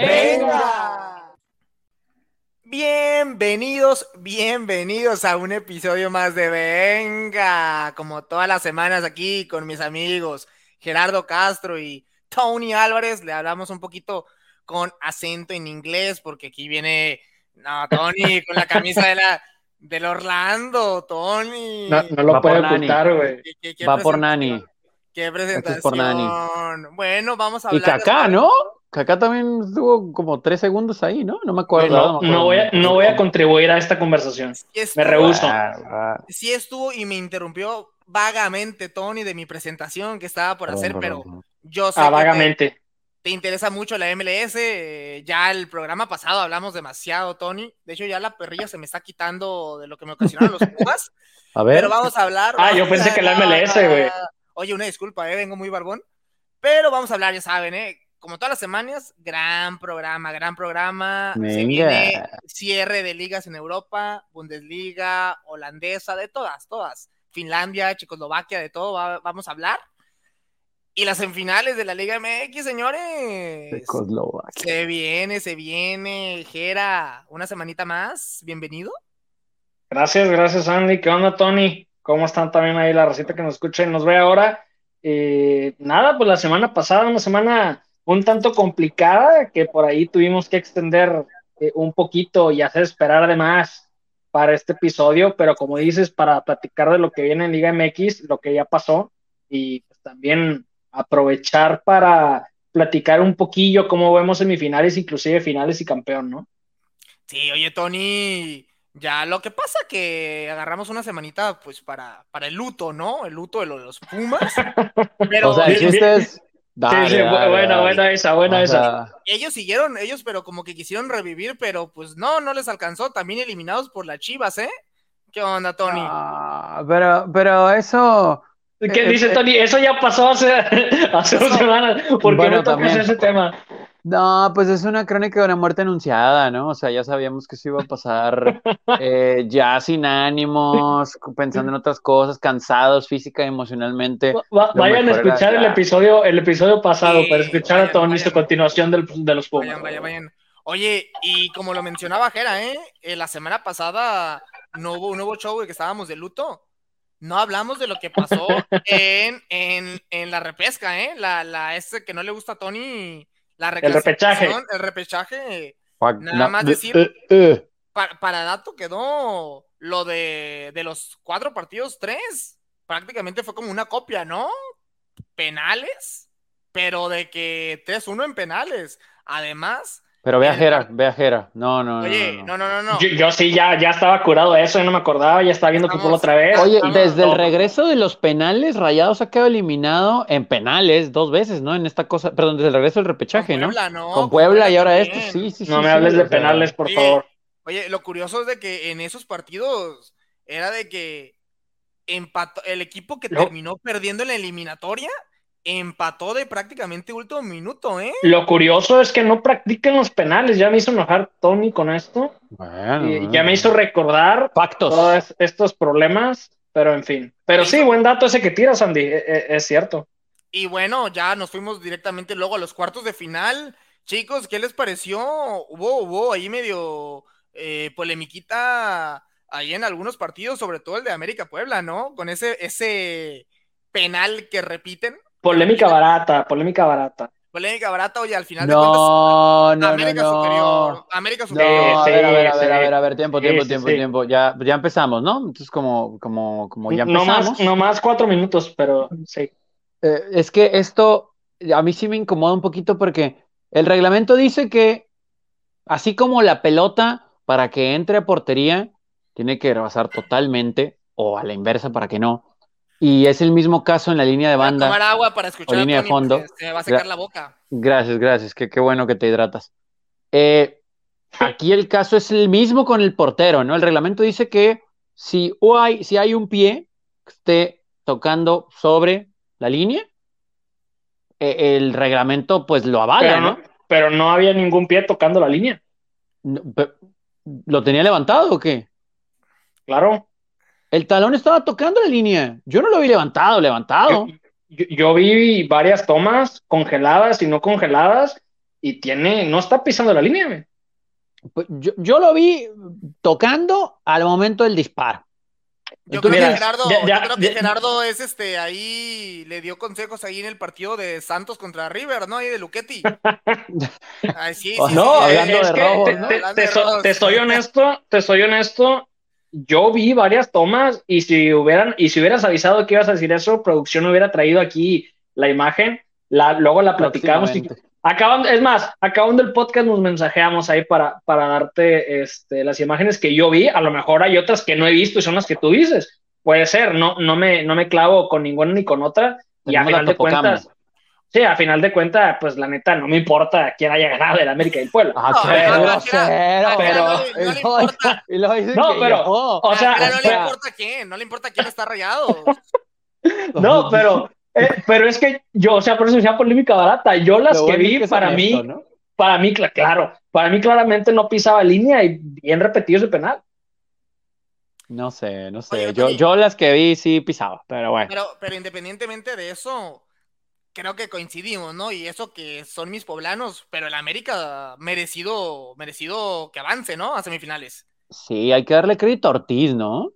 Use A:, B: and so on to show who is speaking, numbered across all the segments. A: ¡Venga!
B: Bienvenidos, bienvenidos a un episodio más de Venga, como todas las semanas aquí con mis amigos Gerardo Castro y Tony Álvarez, le hablamos un poquito con acento en inglés porque aquí viene, no, Tony, con la camisa de la, del Orlando, Tony.
C: No, no lo
A: Va
C: puede
A: por Nani.
C: ocultar, güey.
B: ¿Qué- qué- qué
A: Va por
B: presentación?
A: Nani.
B: Qué
A: Esto
B: presentación.
A: es por Nani.
B: Bueno, vamos a
A: Y
B: hablar. de-
A: Kaká, ¿no? Kaká también estuvo como tres segundos ahí, ¿no? No me acuerdo.
C: No,
A: me acuerdo.
C: no voy a, no voy a contribuir a esta conversación.
B: Sí estuvo-
C: Me rehúso.
A: Ah, ah,
B: Sí estuvo y me interrumpió vagamente Tony de mi presentación que estaba por
A: perdón,
B: hacer,
A: perdón,
B: pero
A: perdón.
B: yo sé
C: Ah,
B: que te-
C: vagamente.
B: te interesa mucho la MLS. eh, Ya el programa pasado hablamos demasiado, Tony. De hecho, ya la perrilla se me está quitando de lo que me ocasionaron los Pumas.
A: A ver,
B: pero vamos a hablar.
C: Ah, yo pensé que la MLS, güey.
B: Oye, una disculpa, eh, vengo muy barbón. Pero vamos a hablar, ya saben, eh. Como todas las semanas, gran programa, gran programa. Se
A: Venga.
B: viene cierre de ligas en Europa, Bundesliga, holandesa, de todas, todas. Finlandia, Checoslovaquia, de todo va- vamos a hablar. Y las semifinales de la Liga MX, señores.
A: Checoslovaquia.
B: Se viene, se viene. Jera, una semanita más. Bienvenido.
C: Gracias, gracias, Andy. ¿Qué onda, Tony? ¿Cómo están también ahí la receta que nos escucha y nos ve ahora? Eh, nada, pues la semana pasada, una semana un tanto complicada, que por ahí tuvimos que extender eh, un poquito y hacer esperar además para este episodio, pero como dices, para platicar de lo que viene en Liga MX, lo que ya pasó, y pues, también aprovechar para platicar un poquillo cómo vemos semifinales, inclusive finales y campeón, ¿no?
B: Sí, oye, Tony. Ya lo que pasa que agarramos una semanita pues para, para el luto, ¿no? El luto de lo de los Pumas. Pero
A: o sea, el
C: Bien,
A: chiste
C: bien.
A: es. Dale,
C: sí, sí, bu-
A: dale,
C: buena,
A: dale.
C: buena esa, buena
A: O
C: esa.
A: sea,
B: ellos siguieron, ellos, pero como que quisieron revivir, pero pues no, no les alcanzó. También eliminados por las Chivas, ¿eh? ¿Qué onda, Tony?
A: ah, pero, pero eso.
C: ¿Qué
A: Eh,
C: dice
A: eh,
C: Tony? Eso ya pasó hace, hace dos semanas. ¿Por qué
A: Bueno,
C: no tocas
A: también.
C: ese tema?
A: No, pues es una crónica de una muerte anunciada, ¿no? O sea, ya sabíamos que eso iba a pasar eh, ya sin ánimos, pensando en otras cosas, cansados física y emocionalmente.
C: Va- va-
A: Eh, Lo
C: vayan a
A: mejor era
C: escuchar el
A: acá.
C: episodio, el episodio pasado
B: Sí,
C: para escuchar
B: vayan,
C: a Tony
B: vayan.
C: su continuación del- de los Pumas.
B: Vayan, vayan, vayan. Oye, y como lo mencionaba Jera, ¿eh? Eh, la semana pasada no hubo un nuevo show de que estábamos de luto. No hablamos de lo que pasó en, en, en la repesca, ¿eh? La, la ese que no le gusta a Tony, la
C: repechaje.
B: reclasificación, El repechaje.
A: Fuck,
B: Nada
A: no,
B: más
A: eh,
B: decir-
A: eh, eh.
B: Para, para dato quedó lo de, de los cuatro partidos, tres. Prácticamente fue como una copia, ¿no? Penales, pero de que 3-1 en penales. Además,
A: Pero ve a Jera, ve a Jera. No, no, no,
B: oye,
A: no, no.
B: no, no, no, no.
C: Yo, yo sí, ya, ya estaba curado de eso, ya no me acordaba, ya estaba viendo
B: Estamos-
C: fútbol otra vez.
A: Oye,
B: no,
A: desde
C: no.
A: el regreso de los penales, Rayados ha quedado eliminado en penales dos veces, ¿no? En esta cosa, perdón, desde el regreso del
B: Con
A: repechaje, ¿no?
B: Puebla, ¿no?
A: Con Puebla y ahora
B: también.
A: esto, sí, sí, sí.
C: no me
A: sí,
C: hables de
A: o sea,
C: penales, por
B: Oye,
C: favor.
B: Oye, lo curioso es de que en esos partidos era de que empató el equipo que
C: No.
B: terminó perdiendo en la eliminatoria empató de prácticamente último minuto, ¿eh?
C: Lo curioso es que no practiquen los penales. Ya me hizo enojar Tony con esto.
A: bueno,
C: y ya me hizo recordar
A: Factos.
C: todos estos problemas, pero en fin. Pero sí, buen dato ese que tiras, Andy. e- e- es cierto.
B: Y bueno, ya nos fuimos directamente luego a los cuartos de final. Chicos, ¿qué les pareció? Hubo, hubo ahí medio eh, polemiquita ahí en algunos partidos, sobre todo el de América Puebla, ¿no? Con ese, ese penal que repiten.
C: Polémica barata, polémica barata.
B: Polémica barata, oye, al final de cuentas,
A: No, no, no,
B: América
A: no.
B: superior. América
A: No,
B: superior.
A: a
C: sí,
A: ver, a ver, a
C: sí.
A: ver, a ver, a ver, tiempo,
C: Sí,
A: tiempo,
C: sí,
A: tiempo,
C: sí.
A: tiempo. Ya, ya empezamos, ¿no? Entonces, como, como, como ya
C: No
A: empezamos,
C: más, no más cuatro minutos, pero sí.
A: eh, es que esto a mí sí me incomoda un poquito porque el reglamento dice que así como la pelota para que entre a portería tiene que rebasar totalmente o a la inversa para que no. Y es el mismo caso en la línea de
B: Voy a
A: banda.
B: tomar agua para escuchar
A: o línea
B: a
A: de
B: Tony porque
A: fondo.
B: se me va a secar la boca.
A: Gracias, gracias. Qué, qué bueno que te hidratas. Eh, aquí el caso es el mismo con el portero, ¿no? El reglamento dice que si o hay, si hay un pie que esté tocando sobre la línea, eh, el reglamento pues lo avala,
C: Pero
A: ¿no?
C: no, pero no había ningún pie tocando la línea,
A: No, pe- ¿Lo tenía levantado o qué?
C: claro.
A: El talón estaba tocando la línea. Yo no lo vi levantado, levantado.
C: Yo, yo- yo vi varias tomas congeladas y no congeladas y tiene, no está pisando la línea, güey.
A: Yo, yo lo vi tocando al momento del disparo.
B: Yo creo,
A: Entonces,
B: que
C: mira,
B: Gerardo,
C: ya- ya-
B: yo creo que
C: ya-
B: Gerardo es este, ahí le dio consejos ahí en el partido de Santos contra River, ¿no? Ahí de Luchetti. Ay, sí, sí,
A: Oh,
B: sí,
A: no,
B: sí,
A: hablando
B: es
A: de
B: que-
A: robos,
C: te,
A: ¿no?
C: te-
B: hablando
C: te
B: de
C: so-
B: robos.
C: te soy honesto, te soy honesto. Yo vi varias tomas y si hubieran, y si hubieras avisado que ibas a decir eso, producción hubiera traído aquí la imagen, la, luego la platicamos y
A: próximamente.
C: acabando, es más, acabando el podcast nos mensajeamos ahí para, para darte este, las imágenes que yo vi, a lo mejor hay otras que no he visto y son las que tú dices. Puede ser, no, no me, no me clavo con ninguna ni con otra, y a
A: Tenemos la
C: final de
A: Topocamo.
C: cuentas, sí, a final de cuentas, pues la neta no me importa quién haya ganado el América y el Puebla.
A: Ah,
B: No,
A: qué
C: pero-
A: grosero.
C: pero-
B: no le- no le importa.
A: Y luego dicen
C: No,
A: que
C: pero-
A: yo.
C: O sea,
B: Ah, pero no
C: o
B: le
C: sea-
B: importa quién, no le importa quién está rayado.
C: No, pero, eh, pero es que yo, o sea, por eso decía polémica barata. Yo las
A: Lo
C: que
A: bueno es
C: vi,
A: es
C: para mí,
A: honesto, ¿no?
C: para mí, cla- claro, para mí claramente no pisaba línea y bien repetido ese penal.
A: No sé, no
B: Oye,
A: sé. Yo,
B: Tony.
A: yo las que vi sí pisaba, pero bueno.
B: Pero, pero independientemente de eso, creo que coincidimos, ¿no? Y eso que son mis poblanos, pero el América merecido, merecido que avance, ¿no? A semifinales.
A: Sí, hay que darle crédito a Ortiz, ¿no?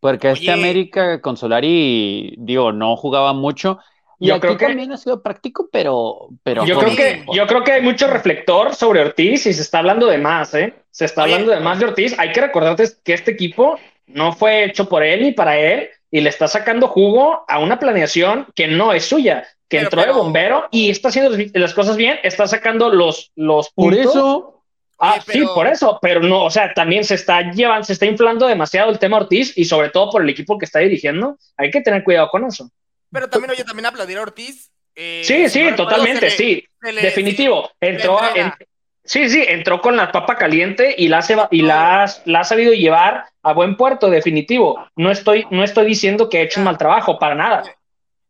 A: Porque este
B: Oye.
A: América con Solari, digo, no jugaba mucho. Y
C: Yo
A: aquí
C: creo que-
A: también ha sido práctico, pero, pero
C: Yo
A: con
C: creo que,
A: tiempo.
C: yo creo que hay mucho reflector sobre Ortiz y se está hablando de más, ¿eh? Se está
B: Oye.
C: hablando de más de Ortiz. Hay que recordarte que este equipo no fue hecho por él ni para él y le está sacando jugo a una planeación que no es suya, que
B: Pero-
C: entró de
B: pero-
C: bombero y está haciendo las- las cosas bien, está sacando los, los
A: Por
C: puntos.
A: eso,
C: Ah,
B: Oye, pero-
C: sí, por eso, pero no, o sea, también se está llevando, se está inflando demasiado el tema Ortiz y sobre todo por el equipo que está dirigiendo, hay que tener cuidado con eso.
B: Pero también, oye, también aplaudir a Ortiz. eh,
C: sí,
B: si no
C: sí,
B: recuerdo,
C: totalmente,
B: se le-
C: sí,
B: se le-
C: definitivo. Entró,
B: le entrega.
C: en- sí, sí, entró con la papa caliente y la, ha seba- y la, ha- la ha sabido llevar a buen puerto, definitivo. No estoy, no estoy diciendo que ha hecho un mal trabajo, para nada.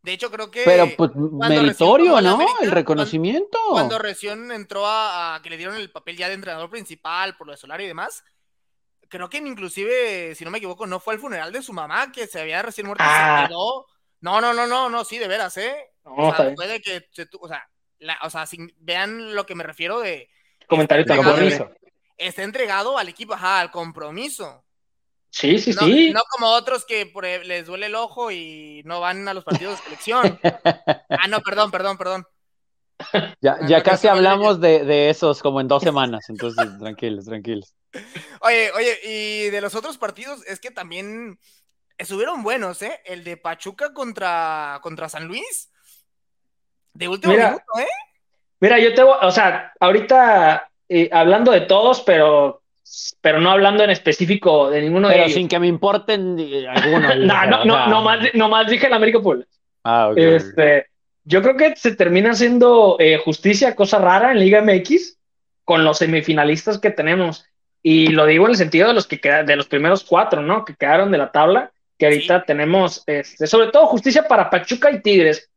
B: De hecho, creo que
A: pero pues
B: recién
A: meritorio,
B: tomó la
A: ¿no?
B: América,
A: El
B: cuando-
A: reconocimiento.
B: cuando recién entró a, a que le dieron el papel ya de entrenador principal por lo de Solari y demás, creo que inclusive, si no me equivoco, no fue al funeral de su mamá que se había recién muerto y
C: Ah.
B: se quedó. No, no, no, no, no, sí, de veras, ¿eh?
C: No,
B: O
C: está
B: sea,
C: bien.
B: puede que, se tu- o sea, la- o sea, sin- vean lo que me refiero de
C: Comentario
A: El
C: tan
B: Pegado,
C: horrible.
A: compromiso.
B: está entregado al equipo, ajá, al compromiso.
C: Sí, sí,
B: no,
C: sí.
B: no como otros que por- e, les duele el ojo y no van a los partidos de selección. ah, no, perdón, perdón, perdón.
A: Ya,
B: Ah,
A: ya
B: no,
A: casi
B: no, no, no,
A: hablamos de, de esos como en dos semanas, entonces tranquilos, tranquilos.
B: Oye, oye, y de los otros partidos es que también estuvieron buenos, ¿eh? El de Pachuca contra, contra San Luis. De último
C: Mira.
B: minuto, ¿eh?
C: Mira, yo te voy, o sea, ahorita eh, hablando de todos, pero, pero no hablando en específico de ninguno de
A: Pero
C: ellos.
A: sin que me importen eh, algunos.
C: No, no, no, no más, no más dije el América Puebla.
A: Ah, ok, ok.
C: Este, yo creo que se termina haciendo eh, justicia, cosa rara en Liga MX, con los semifinalistas que tenemos. Y lo digo en el sentido de los que queda- de los primeros cuatro, ¿no? Que quedaron de la tabla, que ahorita tenemos, este, sobre todo justicia para Pachuca y Tigres,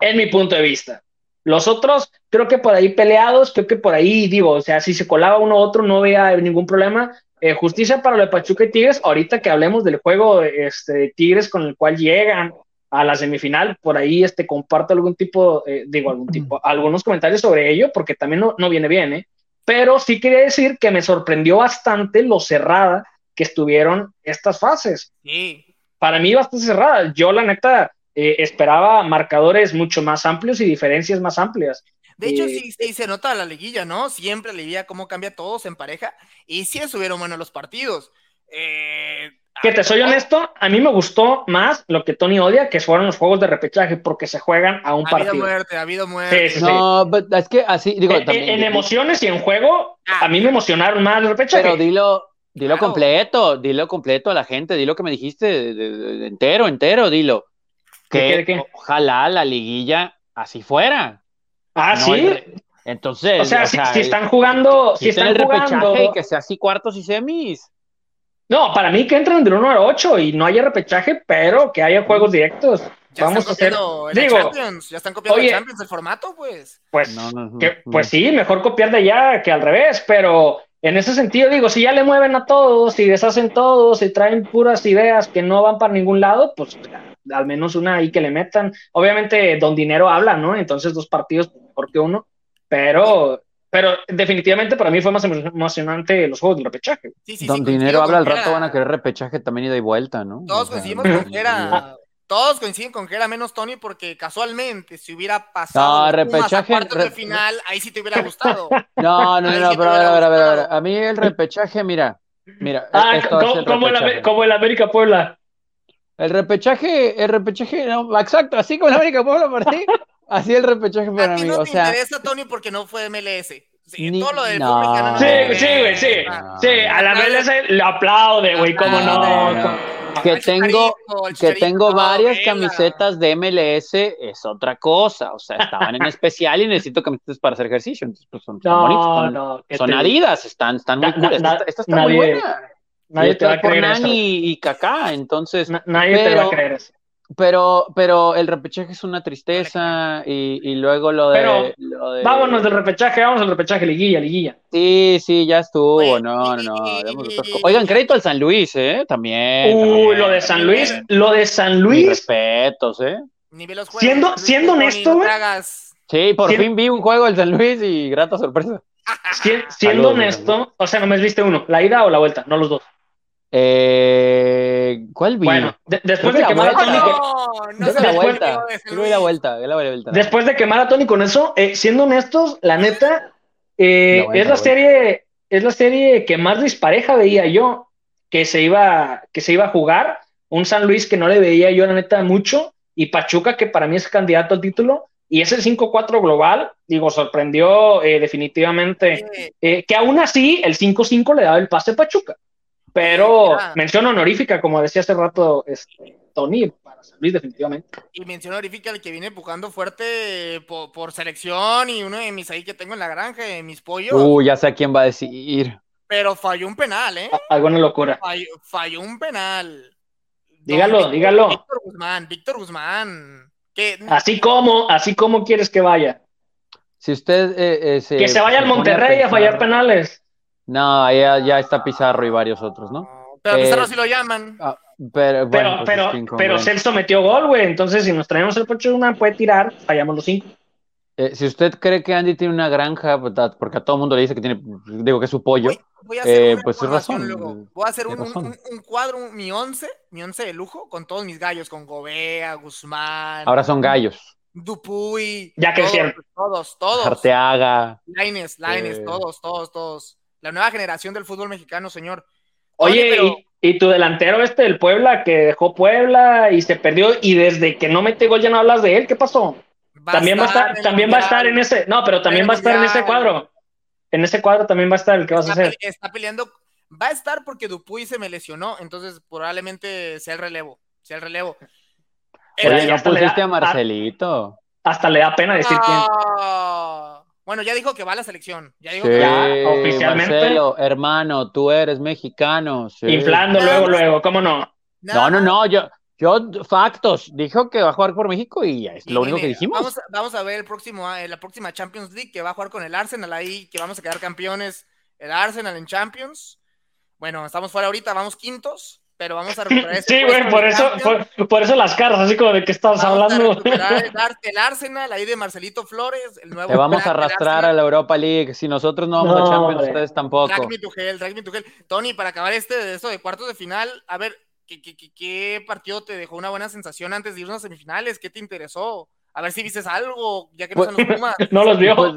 C: en mi punto de vista. Los otros, creo que por ahí peleados, creo que por ahí, digo, o sea, si se colaba uno u otro, no había ningún problema. Eh, justicia para lo de Pachuca y Tigres, ahorita que hablemos del juego este, de Tigres con el cual llegan a la semifinal, por ahí este, comparto algún tipo, eh, digo, algún tipo, algunos comentarios sobre ello, porque también no, no viene bien, ¿eh? Pero sí quería decir que me sorprendió bastante lo cerrada que estuvieron estas fases
B: Sí.
C: para mí bastante cerrada. Yo, la neta, eh, esperaba marcadores mucho más amplios y diferencias más amplias.
B: De hecho,
C: Eh,
B: sí, sí se nota la liguilla, ¿no? Siempre la liguilla, cómo cambia todos en pareja. Y sí estuvieron buenos los partidos. Eh,
C: Que te soy honesto, a mí me gustó más lo que Tony odia, que fueron los juegos de repechaje, porque se juegan a un
B: ha habido
C: partido.
B: muerte, ha habido muerte.
C: Sí, sí,
A: No, but- es que así, digo,
C: En-
A: también.
C: Eh, en, emociones y en juego,
B: Ah.
C: a mí me emocionaron más los repechajes.
A: Pero dilo, dilo
B: Claro.
A: completo, dilo completo a la gente, dilo que me dijiste, de- de- de- entero, entero, dilo.
C: ¿De qué,
A: Que
C: de qué?
A: ojalá la liguilla así fuera.
C: ah,
A: No
C: sí.
A: el- Entonces,
C: O sea, si, si están jugando, si están
A: quiten el repechaje
C: jugando.
A: y que sea así cuartos y semis.
C: No, para mí que entran de 1 a 8 y no haya repechaje, pero que haya juegos directos.
B: Ya
C: Vamos a
B: están
C: hacer.
B: copiando en la
C: digo,
B: Champions, ya están copiando en
C: oye.
B: la Champions el formato, pues.
C: Pues
A: No, no, no,
C: Que,
A: no.
C: pues sí, mejor copiar de allá que al revés, pero en ese sentido digo, si ya le mueven a todos y deshacen todos y traen puras ideas que no van para ningún lado, pues al menos una ahí que le metan. Obviamente, don dinero habla, ¿no? Entonces dos partidos mejor que uno. Pero, pero definitivamente para mí fue más emo- emocionante los juegos del repechaje.
B: Sí, sí, sí,
A: Don
B: coincido
A: Dinero
B: con
A: habla al
B: Jera.
A: rato, van a querer repechaje también ida y vuelta, ¿no?
B: Todos
A: O sea,
B: coincidimos con
A: sí.
B: Jera. Todos coinciden con Jera, menos Tony, porque casualmente, si hubiera
A: No,
B: pasado los Pumas
A: repechaje-
B: a cuartos de
A: re-
B: final, ahí sí te hubiera gustado.
A: No, no, no,
B: Ay,
A: no,
B: sí te
A: pero a ver,
B: hubiera
A: a ver, a ver, a ver.
B: gustado.
A: A mí el repechaje, mira, mira, e-
C: Ah,
A: esto es
C: como,
A: el
C: como el, Amer-
A: repechaje.
C: como el América Puebla.
A: El repechaje, el repechaje, no, exacto, así como el América Puebla para ti, así el repechaje para
B: a ti
A: mí,
B: no
A: o
B: te
A: sea,
B: interesa, Tony, porque no fue MLS. Sí,
A: Ni-
B: todo lo del
A: no.
B: fútbol mexicano no
C: Sí,
B: fue
C: sí, güey, sí.
B: Ah,
C: Sí, a la MLS le aplaude, güey, cómo no.
A: no,
C: cómo-
A: que
B: el
A: tengo,
B: Chicharito, el
A: que
B: Chicharito,
A: tengo varias
B: Vela.
A: camisetas de MLS es otra cosa, o sea, estaban en especial y necesito camisetas para hacer ejercicio, entonces pues son, son bonitas,
C: No,
A: son,
C: no. que
A: son
C: te-
A: Adidas, están, están muy
C: Na- na-
A: cool, esta,
C: na-
A: está- esta está muy
C: nadie-
A: buena, y
C: Nadie te
A: esta
C: va a
A: es por
C: creer eso.
A: Nani y Kaká, entonces,
C: Na- Nadie te va
A: pero-
C: a creer eso.
A: pero, pero el repechaje es una tristeza y, y luego lo de,
C: Pero,
A: lo de-
C: Vámonos del repechaje, vamos al repechaje, liguilla, liguilla.
A: Sí, sí, ya estuvo.
B: Güey.
A: No, no, no. hablemos de otras cosas. Oigan, crédito al San Luis, ¿eh? También.
C: Uy,
A: también.
C: lo de San Luis, lo de San
A: Mis
C: Luis,
A: respetos, ¿eh?
B: Ni ve los juegos.
C: Siendo-
B: Luis,
C: siendo
B: Tony,
C: honesto,
B: no
C: güey.
B: te hagas.
A: Sí, por
C: Sí.
A: fin vi un juego del San Luis y grata sorpresa.
C: si- siendo
A: Saludos,
C: honesto, o sea, nomás viste uno, la ida o la vuelta, no los dos.
A: Eh, ¿cuál vi?
C: Bueno, de- después,
A: Creo que
C: de
A: la
C: quemar a
A: vuelta,
C: Tony con,
A: ¿no?
B: No, no
A: Creo que
B: se
A: la
B: lo
A: vuelta.
B: creo de
A: Creo
B: San
A: que la
B: Luis.
A: vuelta, la vuelta.
C: después de quemar a Tony con eso, eh, siendo honestos, la neta, eh,
A: La vuelta,
C: es la
A: la vuelta.
C: serie, es la serie que más dispareja veía yo, que se iba, que se iba a jugar, un San Luis que no le veía yo la neta mucho, y Pachuca que para mí es candidato al título, y ese 5-4 global, digo, sorprendió eh, definitivamente.
B: Oye,
C: Eh, que aún así el 5-5 le daba el pase a Pachuca. Pero
B: Ah.
C: mención honorífica, como decía hace rato este, Tony, para San Luis definitivamente.
B: Y mención honorífica al que viene empujando fuerte eh, por, por selección y uno de mis ahí que tengo en la granja, de mis pollos.
A: Uh, ya sé a quién va a decir.
B: Pero falló un penal, ¿eh?
C: A- Alguna locura.
B: Falló, falló un penal.
C: Dígalo,
B: Don Víctor-
C: dígalo. Ah,
B: Víctor Guzmán, Víctor Guzmán. Que,
C: Así como, así como quieres que vaya.
A: Si usted eh, eh, se.
C: que se vaya al
A: pone
C: Monterrey a,
A: pensar-
C: fallar penales.
A: No, ahí ya, ya está Pizarro y varios otros, ¿no?
B: Pero a
A: Eh,
B: Pizarro sí lo llaman.
A: ah,
C: Pero,
A: Pero, bueno, pues
C: pero,
A: es que
C: pero
A: incongruente.
C: Celso metió gol, güey. Entonces, si nos traemos el Pachuca, puede tirar, fallamos los cinco.
A: Eh, si usted cree que Andy tiene una granja, pues, da- porque a todo mundo le dice que tiene, digo que es su pollo,
B: Voy, voy a hacer
A: Eh,
B: una
A: pues es
B: formación
A: razón,
B: luego.
C: eh,
B: Voy a hacer
A: es
B: un, un-
A: razón.
B: un cuadro, un- mi once, mi once de lujo, con todos mis gallos, con Gobea, Guzmán,
A: ahora son gallos.
B: Dupuy.
C: Ya
B: todos,
C: crecieron.
B: Todos, todos.
A: Arteaga.
B: Laines, Laines,
A: Eh.
B: todos, todos, todos. La nueva generación del fútbol mexicano, señor.
C: Oye,
B: Oye, pero-
C: y, y tu delantero este del Puebla, que dejó Puebla y se perdió, y desde que no mete gol ya no hablas de él, ¿qué pasó?
B: Va
C: también va a
B: en
C: estar,
B: el
C: también va a estar en
B: Mundial.
C: ese, no, pero también
B: En
C: va a
B: el
C: estar en ese
B: mundial.
C: cuadro. En ese cuadro también va a estar el que vas a
B: Está,
C: hacer.
B: pele- está peleando. Va a estar porque Dupuy se me lesionó, entonces probablemente sea el relevo. Sea el relevo.
C: Era-
A: Oye,
C: ya
A: no
C: hasta le
A: pusiste
C: da-
A: a Marcelito.
C: Hasta le da pena decir quién.
B: Ah, Bueno, ya dijo que va a la selección. Ya dijo
A: Sí,
B: que va.
C: ya, oficialmente.
A: Marcelo, hermano, tú eres mexicano. sí.
C: Inflando
B: Nada
C: luego,
B: más.
C: luego, ¿cómo no?
A: No, no, no, yo, yo, factos. Dijo que va a jugar por México y es lo único que
B: Mire,
A: dijimos.
B: Vamos, a- vamos a ver el próximo, eh, la próxima Champions League que va a jugar con el Arsenal ahí, que vamos a quedar campeones. El Arsenal en Champions. Bueno, estamos fuera ahorita, vamos quintos, pero vamos a recuperar ese
C: Sí,
B: puesto
C: güey,
B: en
C: por eso,
B: Champions.
C: por, por eso las caras, así como de que estás
B: Vamos a
C: hablando.
B: recuperar el, Ar- el Arsenal ahí de Marcelito Flores, el nuevo.
A: Te vamos a
B: crack del
A: arrastrar a
B: Arsenal.
A: la Europa League. Si nosotros no vamos
C: No,
A: a Champions,
C: hombre.
A: ustedes tampoco.
B: Drag me to hell, drag me to hell. Tony, para acabar este de eso de cuartos de final, a ver, ¿qué, qué, qué, qué partido te dejó una buena sensación antes de irnos a semifinales? ¿Qué te interesó? A ver si viste algo, ya que no
A: Pues-
B: son los Pumas.
C: No los vio.
A: Pues,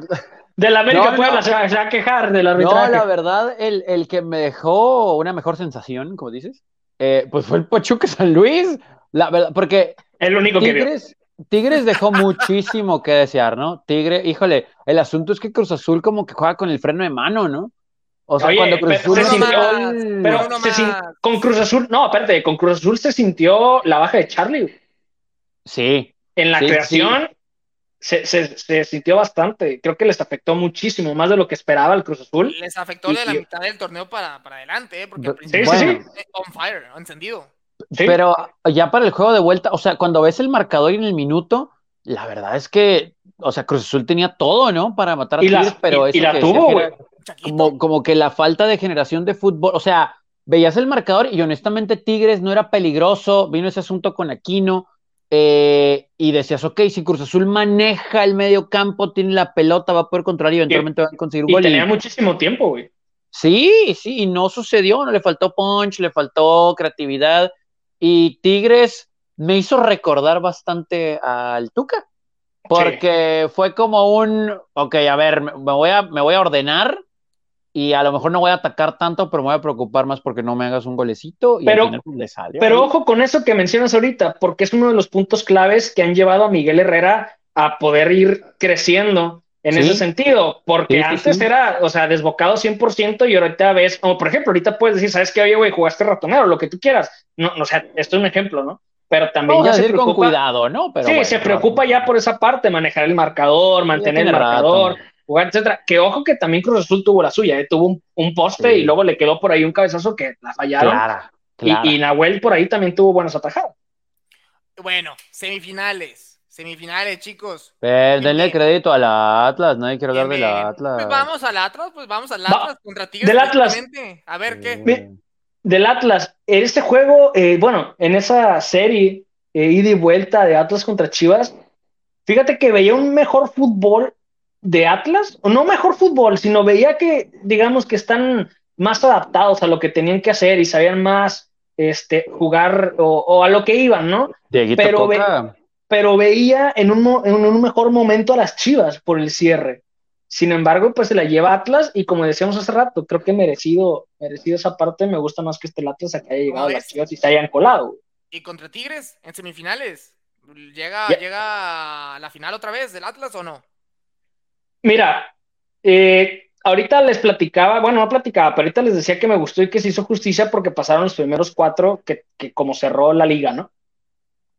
C: Del América
A: no,
C: Puebla
A: no.
C: se, va, se va a quejar del
A: No,
C: arbitraje.
A: la verdad, el, el que me dejó una mejor sensación, como dices, eh, pues fue el Pachuca San Luis. La verdad, porque
C: el único que vio.
A: Tigres, Tigres dejó muchísimo que desear, ¿no? Tigre, híjole, el asunto es que Cruz Azul como que juega con el freno de mano, ¿no? O sea,
C: Oye,
A: cuando Cruz
C: pero
A: Azul
C: se
A: metió
B: sintió-
A: el-
C: Pero
B: Uno
C: se sin-
B: más.
C: con Cruz Azul, no, aparte, con Cruz Azul se sintió la baja de Charlie. güey.
A: Sí,
C: En la
A: Sí,
C: creación Se, se- se sintió bastante. Creo que les afectó muchísimo, más de lo que esperaba el Cruz Azul.
B: Les afectó de la
C: Y- y-
B: mitad del torneo para, para adelante, ¿eh? porque al
A: Bu-
B: principio
C: sí, sí,
B: estaban, eh, on fire, encendido.
C: Sí.
A: pero ya para el juego de vuelta, o sea, cuando ves el marcador y en el minuto, la verdad es que, o sea, Cruz Azul tenía todo, ¿no? Para matar a
C: Y la-
A: Tigres, pero
C: y- y
A: eso
C: la
A: que decía
C: tuvo,
A: que era-
C: güey.
B: Chaquito.
A: como, como que la falta de generación de fútbol, o sea, veías el marcador y honestamente Tigres no era peligroso, vino ese asunto con Aquino, Eh, y decías, ok, si Cruz Azul maneja el medio campo, tiene la pelota, va a poder controlar y eventualmente va a conseguir un
C: Y
A: gol.
C: tenía
A: Y-
C: muchísimo tiempo, güey.
A: Sí, sí, y no sucedió, no le faltó punch, le faltó creatividad. Y Tigres me hizo recordar bastante al Tuca, porque fue como un, ok, a ver, me me voy a, me voy a ordenar y a lo mejor no voy a atacar tanto, pero me voy a preocupar más porque no me hagas un golecito y al
C: Pero-
A: final, pues, le salió.
C: Pero ojo con eso que mencionas ahorita, porque es uno de los puntos claves que han llevado a Miguel Herrera a poder ir creciendo en
A: Sí.
C: ese sentido, porque
A: Sí, sí,
C: antes
A: sí.
C: era, o sea, desbocado 100% y ahorita ves, como por ejemplo, ahorita puedes decir, ¿sabes qué? Oye, güey, jugaste ratonero, lo que tú quieras. No, no, o sea, esto es un ejemplo, ¿no? Pero también
A: Vamos a
C: ya se
A: decir con
C: preocupa,
A: cuidado, ¿no? Pero
C: sí,
A: bueno,
C: se
A: claro.
C: preocupa ya por esa parte, manejar el marcador, mantener
A: tiene
C: el marcador,
A: rato.
C: jugar, etcétera. Que ojo que también Cruz Azul tuvo la suya, ¿eh? tuvo un, un poste
A: Sí.
C: y luego le quedó por ahí un cabezazo que la fallaron.
A: Clara,
C: Y,
A: clara.
C: y Nahuel por ahí también tuvo buenos atajados.
B: Bueno, semifinales. Semifinales, chicos.
A: Eh, denle
B: Bien.
A: crédito a la Atlas, nadie quiere hablar de
B: Bien, bien.
A: la Atlas.
B: Pues vamos al Atlas, pues vamos al
C: Va-
B: Atlas contra Tigres.
C: del Atlas.
B: directamente. A ver qué.
C: Ve- Del Atlas, en este juego, eh, bueno, en esa serie eh, ida y vuelta de Atlas contra Chivas, fíjate que veía un mejor fútbol de Atlas, o no mejor fútbol, sino veía que, digamos, que están más adaptados a lo que tenían que hacer y sabían más este, jugar o, o a lo que iban, ¿no?
A: Dieguito
C: pero ve-
A: Coca.
C: pero veía en un, mo- en un mejor momento a las Chivas por el cierre. Sin embargo, pues se la lleva Atlas y como decíamos hace rato, creo que merecido, merecido esa parte, me gusta más que este Atlas a que haya llegado a las Chivas y se hayan colado.
B: Y contra Tigres en semifinales. ¿Llega,
A: Ya.
B: llega a la final otra vez del Atlas o no?
C: Mira, eh, ahorita les platicaba, bueno, no platicaba, pero ahorita les decía que me gustó y que se hizo justicia porque pasaron los primeros cuatro que, que como cerró la liga, ¿no?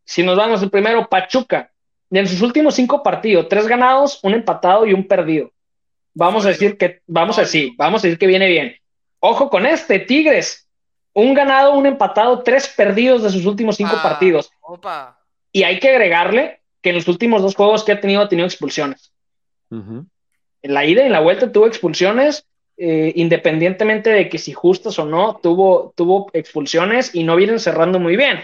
C: Si nos vamos el primero, Pachuca, en sus últimos cinco partidos, tres ganados, un empatado y un perdido. Vamos a decir que, vamos a decir, vamos a decir que viene bien. Ojo con este, Tigres, un ganado, un empatado, tres perdidos de sus últimos cinco
B: Ah.
C: partidos.
B: Opa.
C: Y hay que agregarle que en los últimos dos juegos que ha tenido, ha tenido expulsiones
A: Ujú.
C: en la ida y en la vuelta tuvo expulsiones, eh, independientemente de que si justas o no, tuvo, tuvo expulsiones y no vienen cerrando muy bien.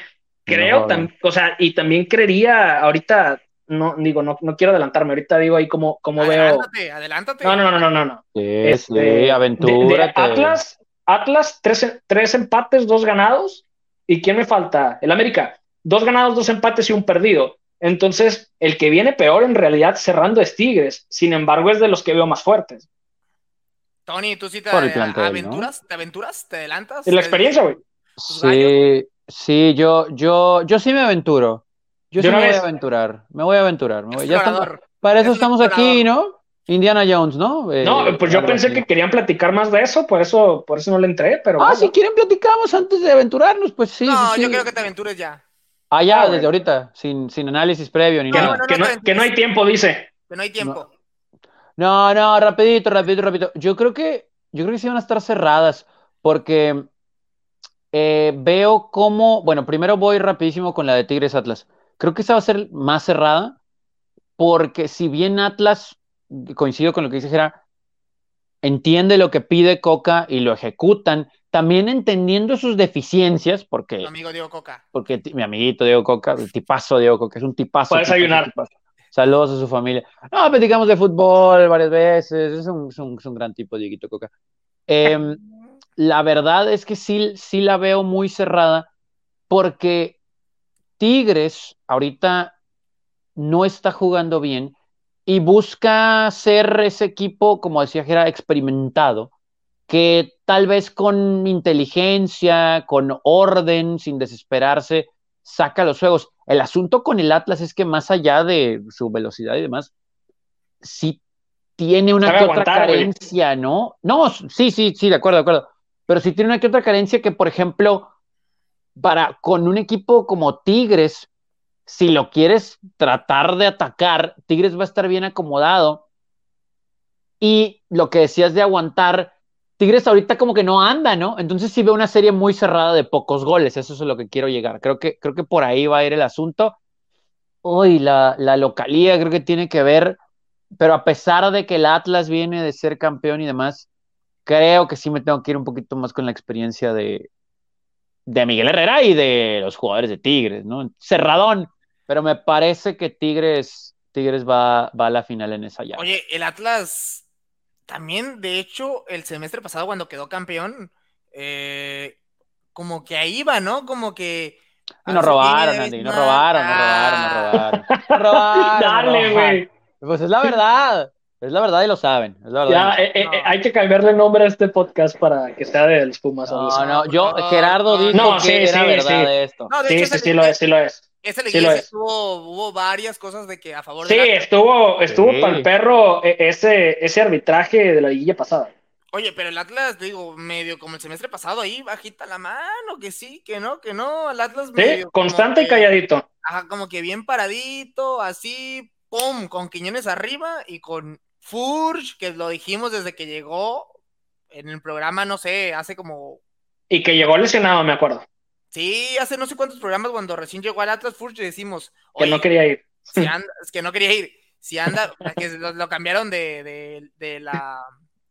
C: Creo,
A: No,
C: tam-
A: no.
C: o sea, y también creería ahorita, no digo, no, no quiero adelantarme, ahorita digo ahí como, como veo.
B: adelántate, adelántate.
C: Ah, No, no, no, no, no, no.
A: Sí,
C: Este,
A: sí, aventura.
C: de- de Atlas, Atlas, tres, tres empates, dos ganados. ¿Y quién me falta? El América. Dos ganados, dos empates y un perdido. Entonces, el que viene peor en realidad cerrando es Tigres. Sin embargo, es de los que veo más fuertes.
B: Tony, tú sí te
A: Por el plantel, ¿no?
B: aventuras, te aventuras, te adelantas.
C: Es la experiencia, güey.
A: Sí, sí, yo, yo, yo sí me aventuro. Yo,
C: Yo
A: sí
C: una
A: me voy a
C: vez-
A: aventurar. Me voy a aventurar. me voy- ya estamos-
B: Explorador.
A: para eso
B: Eres un
A: estamos aquí, ¿no? Indiana Jones, ¿no? Eh,
C: No, pues yo
A: algo
C: pensé
A: así.
C: que querían platicar más de eso, por eso, por eso no le entré, pero
A: Ah,
C: bueno.
A: si quieren platicamos antes de aventurarnos, pues sí.
B: no,
A: sí,
B: yo
A: sí.
B: creo que te aventures ya.
A: Ah, ya,
C: Ah,
A: desde
C: bueno.
A: ahorita, sin, sin análisis previo ni
C: que,
A: nada.
B: no, no,
C: que no,
B: no, no.
C: que no hay tiempo, dice.
B: Que no hay tiempo.
A: No, no, rapidito, rapidito, rapidito. Yo creo que, yo creo que sí van a estar cerradas, porque eh, veo cómo, bueno, primero voy rapidísimo con la de Tigres Atlas. Creo que esa va a ser más cerrada, porque si bien Atlas, coincido con lo que dice Gerard, entiende lo que pide Coca y lo ejecutan, también entendiendo sus deficiencias, porque,
B: Amigo Diego Coca.
A: porque ti- mi amiguito Diego Coca, el tipazo Diego Coca, es un tipazo.
C: Puedes
A: tipazo,
C: ayunar.
A: tipazo. Saludos a su familia. No, platicamos de fútbol varias veces, es un, es un- es un gran tipo, Dieguito Coca. Em, la verdad es que sí, sí la veo muy cerrada porque Tigres ahorita no está jugando bien y busca ser ese equipo, como decía Gera, experimentado, que tal vez con inteligencia, con orden, sin desesperarse, saca los juegos. El asunto con el Atlas es que más allá de su velocidad y demás, sí tiene una
C: Sabe
A: que otra
C: aguantar, güey.
A: carencia, ¿no? No, sí, sí, sí, de acuerdo, de acuerdo. Pero sí tiene una que otra carencia que, por ejemplo, para con un equipo como Tigres, si lo quieres tratar de atacar, Tigres va a estar bien acomodado. Y lo que decías de aguantar, Tigres ahorita como que no anda, ¿no? Entonces sí veo una serie muy cerrada de pocos goles, eso es a lo que quiero llegar. Creo que, creo que por ahí va a ir el asunto. Uy, la, la localía creo que tiene que ver, pero a pesar de que el Atlas viene de ser campeón y demás, creo que sí me tengo que ir un poquito más con la experiencia de, de Miguel Herrera y de los jugadores de Tigres, ¿no? Cerradón, Pero me parece que Tigres, Tigres va, va a la final en esa llave.
B: Oye, el Atlas también, de hecho, el semestre pasado cuando quedó campeón, eh, como que ahí va, ¿no? Como que...
A: Y nos robaron, Andy, nos robaron, nos robaron, nos robaron. Nos robaron,
C: Dale,
A: nos
C: güey.
A: robaron. Pues es la verdad, es la verdad y lo saben. Es la verdad.
C: Ya, eh, eh, eh, hay que cambiarle nombre a este podcast para que sea de los Pumas.
A: No,
C: los-
A: no, yo,
B: No,
A: Gerardo
B: no,
A: dijo
C: eh, no,
A: que
C: sí,
A: era
C: sí,
A: verdad
C: sí.
A: esto.
B: No, de
C: Sí,
B: hecho,
C: sí,
B: ese
C: sí lo es, sí lo es.
B: Ese
C: Sí lo
B: liguilla sí
C: es.
B: tuvo, hubo varias cosas de que a favor
C: Sí,
B: de la...
C: estuvo, estuvo
A: Sí.
C: para el perro eh, ese, ese arbitraje de la liguilla pasada.
B: Oye, pero el Atlas, digo, medio como el semestre pasado, ahí bajita la mano, que sí, que no, que no, el Atlas
C: Sí,
B: medio. como
C: constante y
B: que-
C: calladito.
B: Ajá, como que bien paradito, así, pum, con Quiñones arriba y con Furch, que lo dijimos desde que llegó en el programa, no sé, hace como,
C: Y que llegó lesionado, me acuerdo.
B: sí, hace no sé cuántos programas cuando recién llegó al Atlas Furch y decimos,
C: Que
B: oye,
C: no quería ir.
B: si anda- es que no quería ir, si anda, o sea, que lo, lo cambiaron de, de- de la,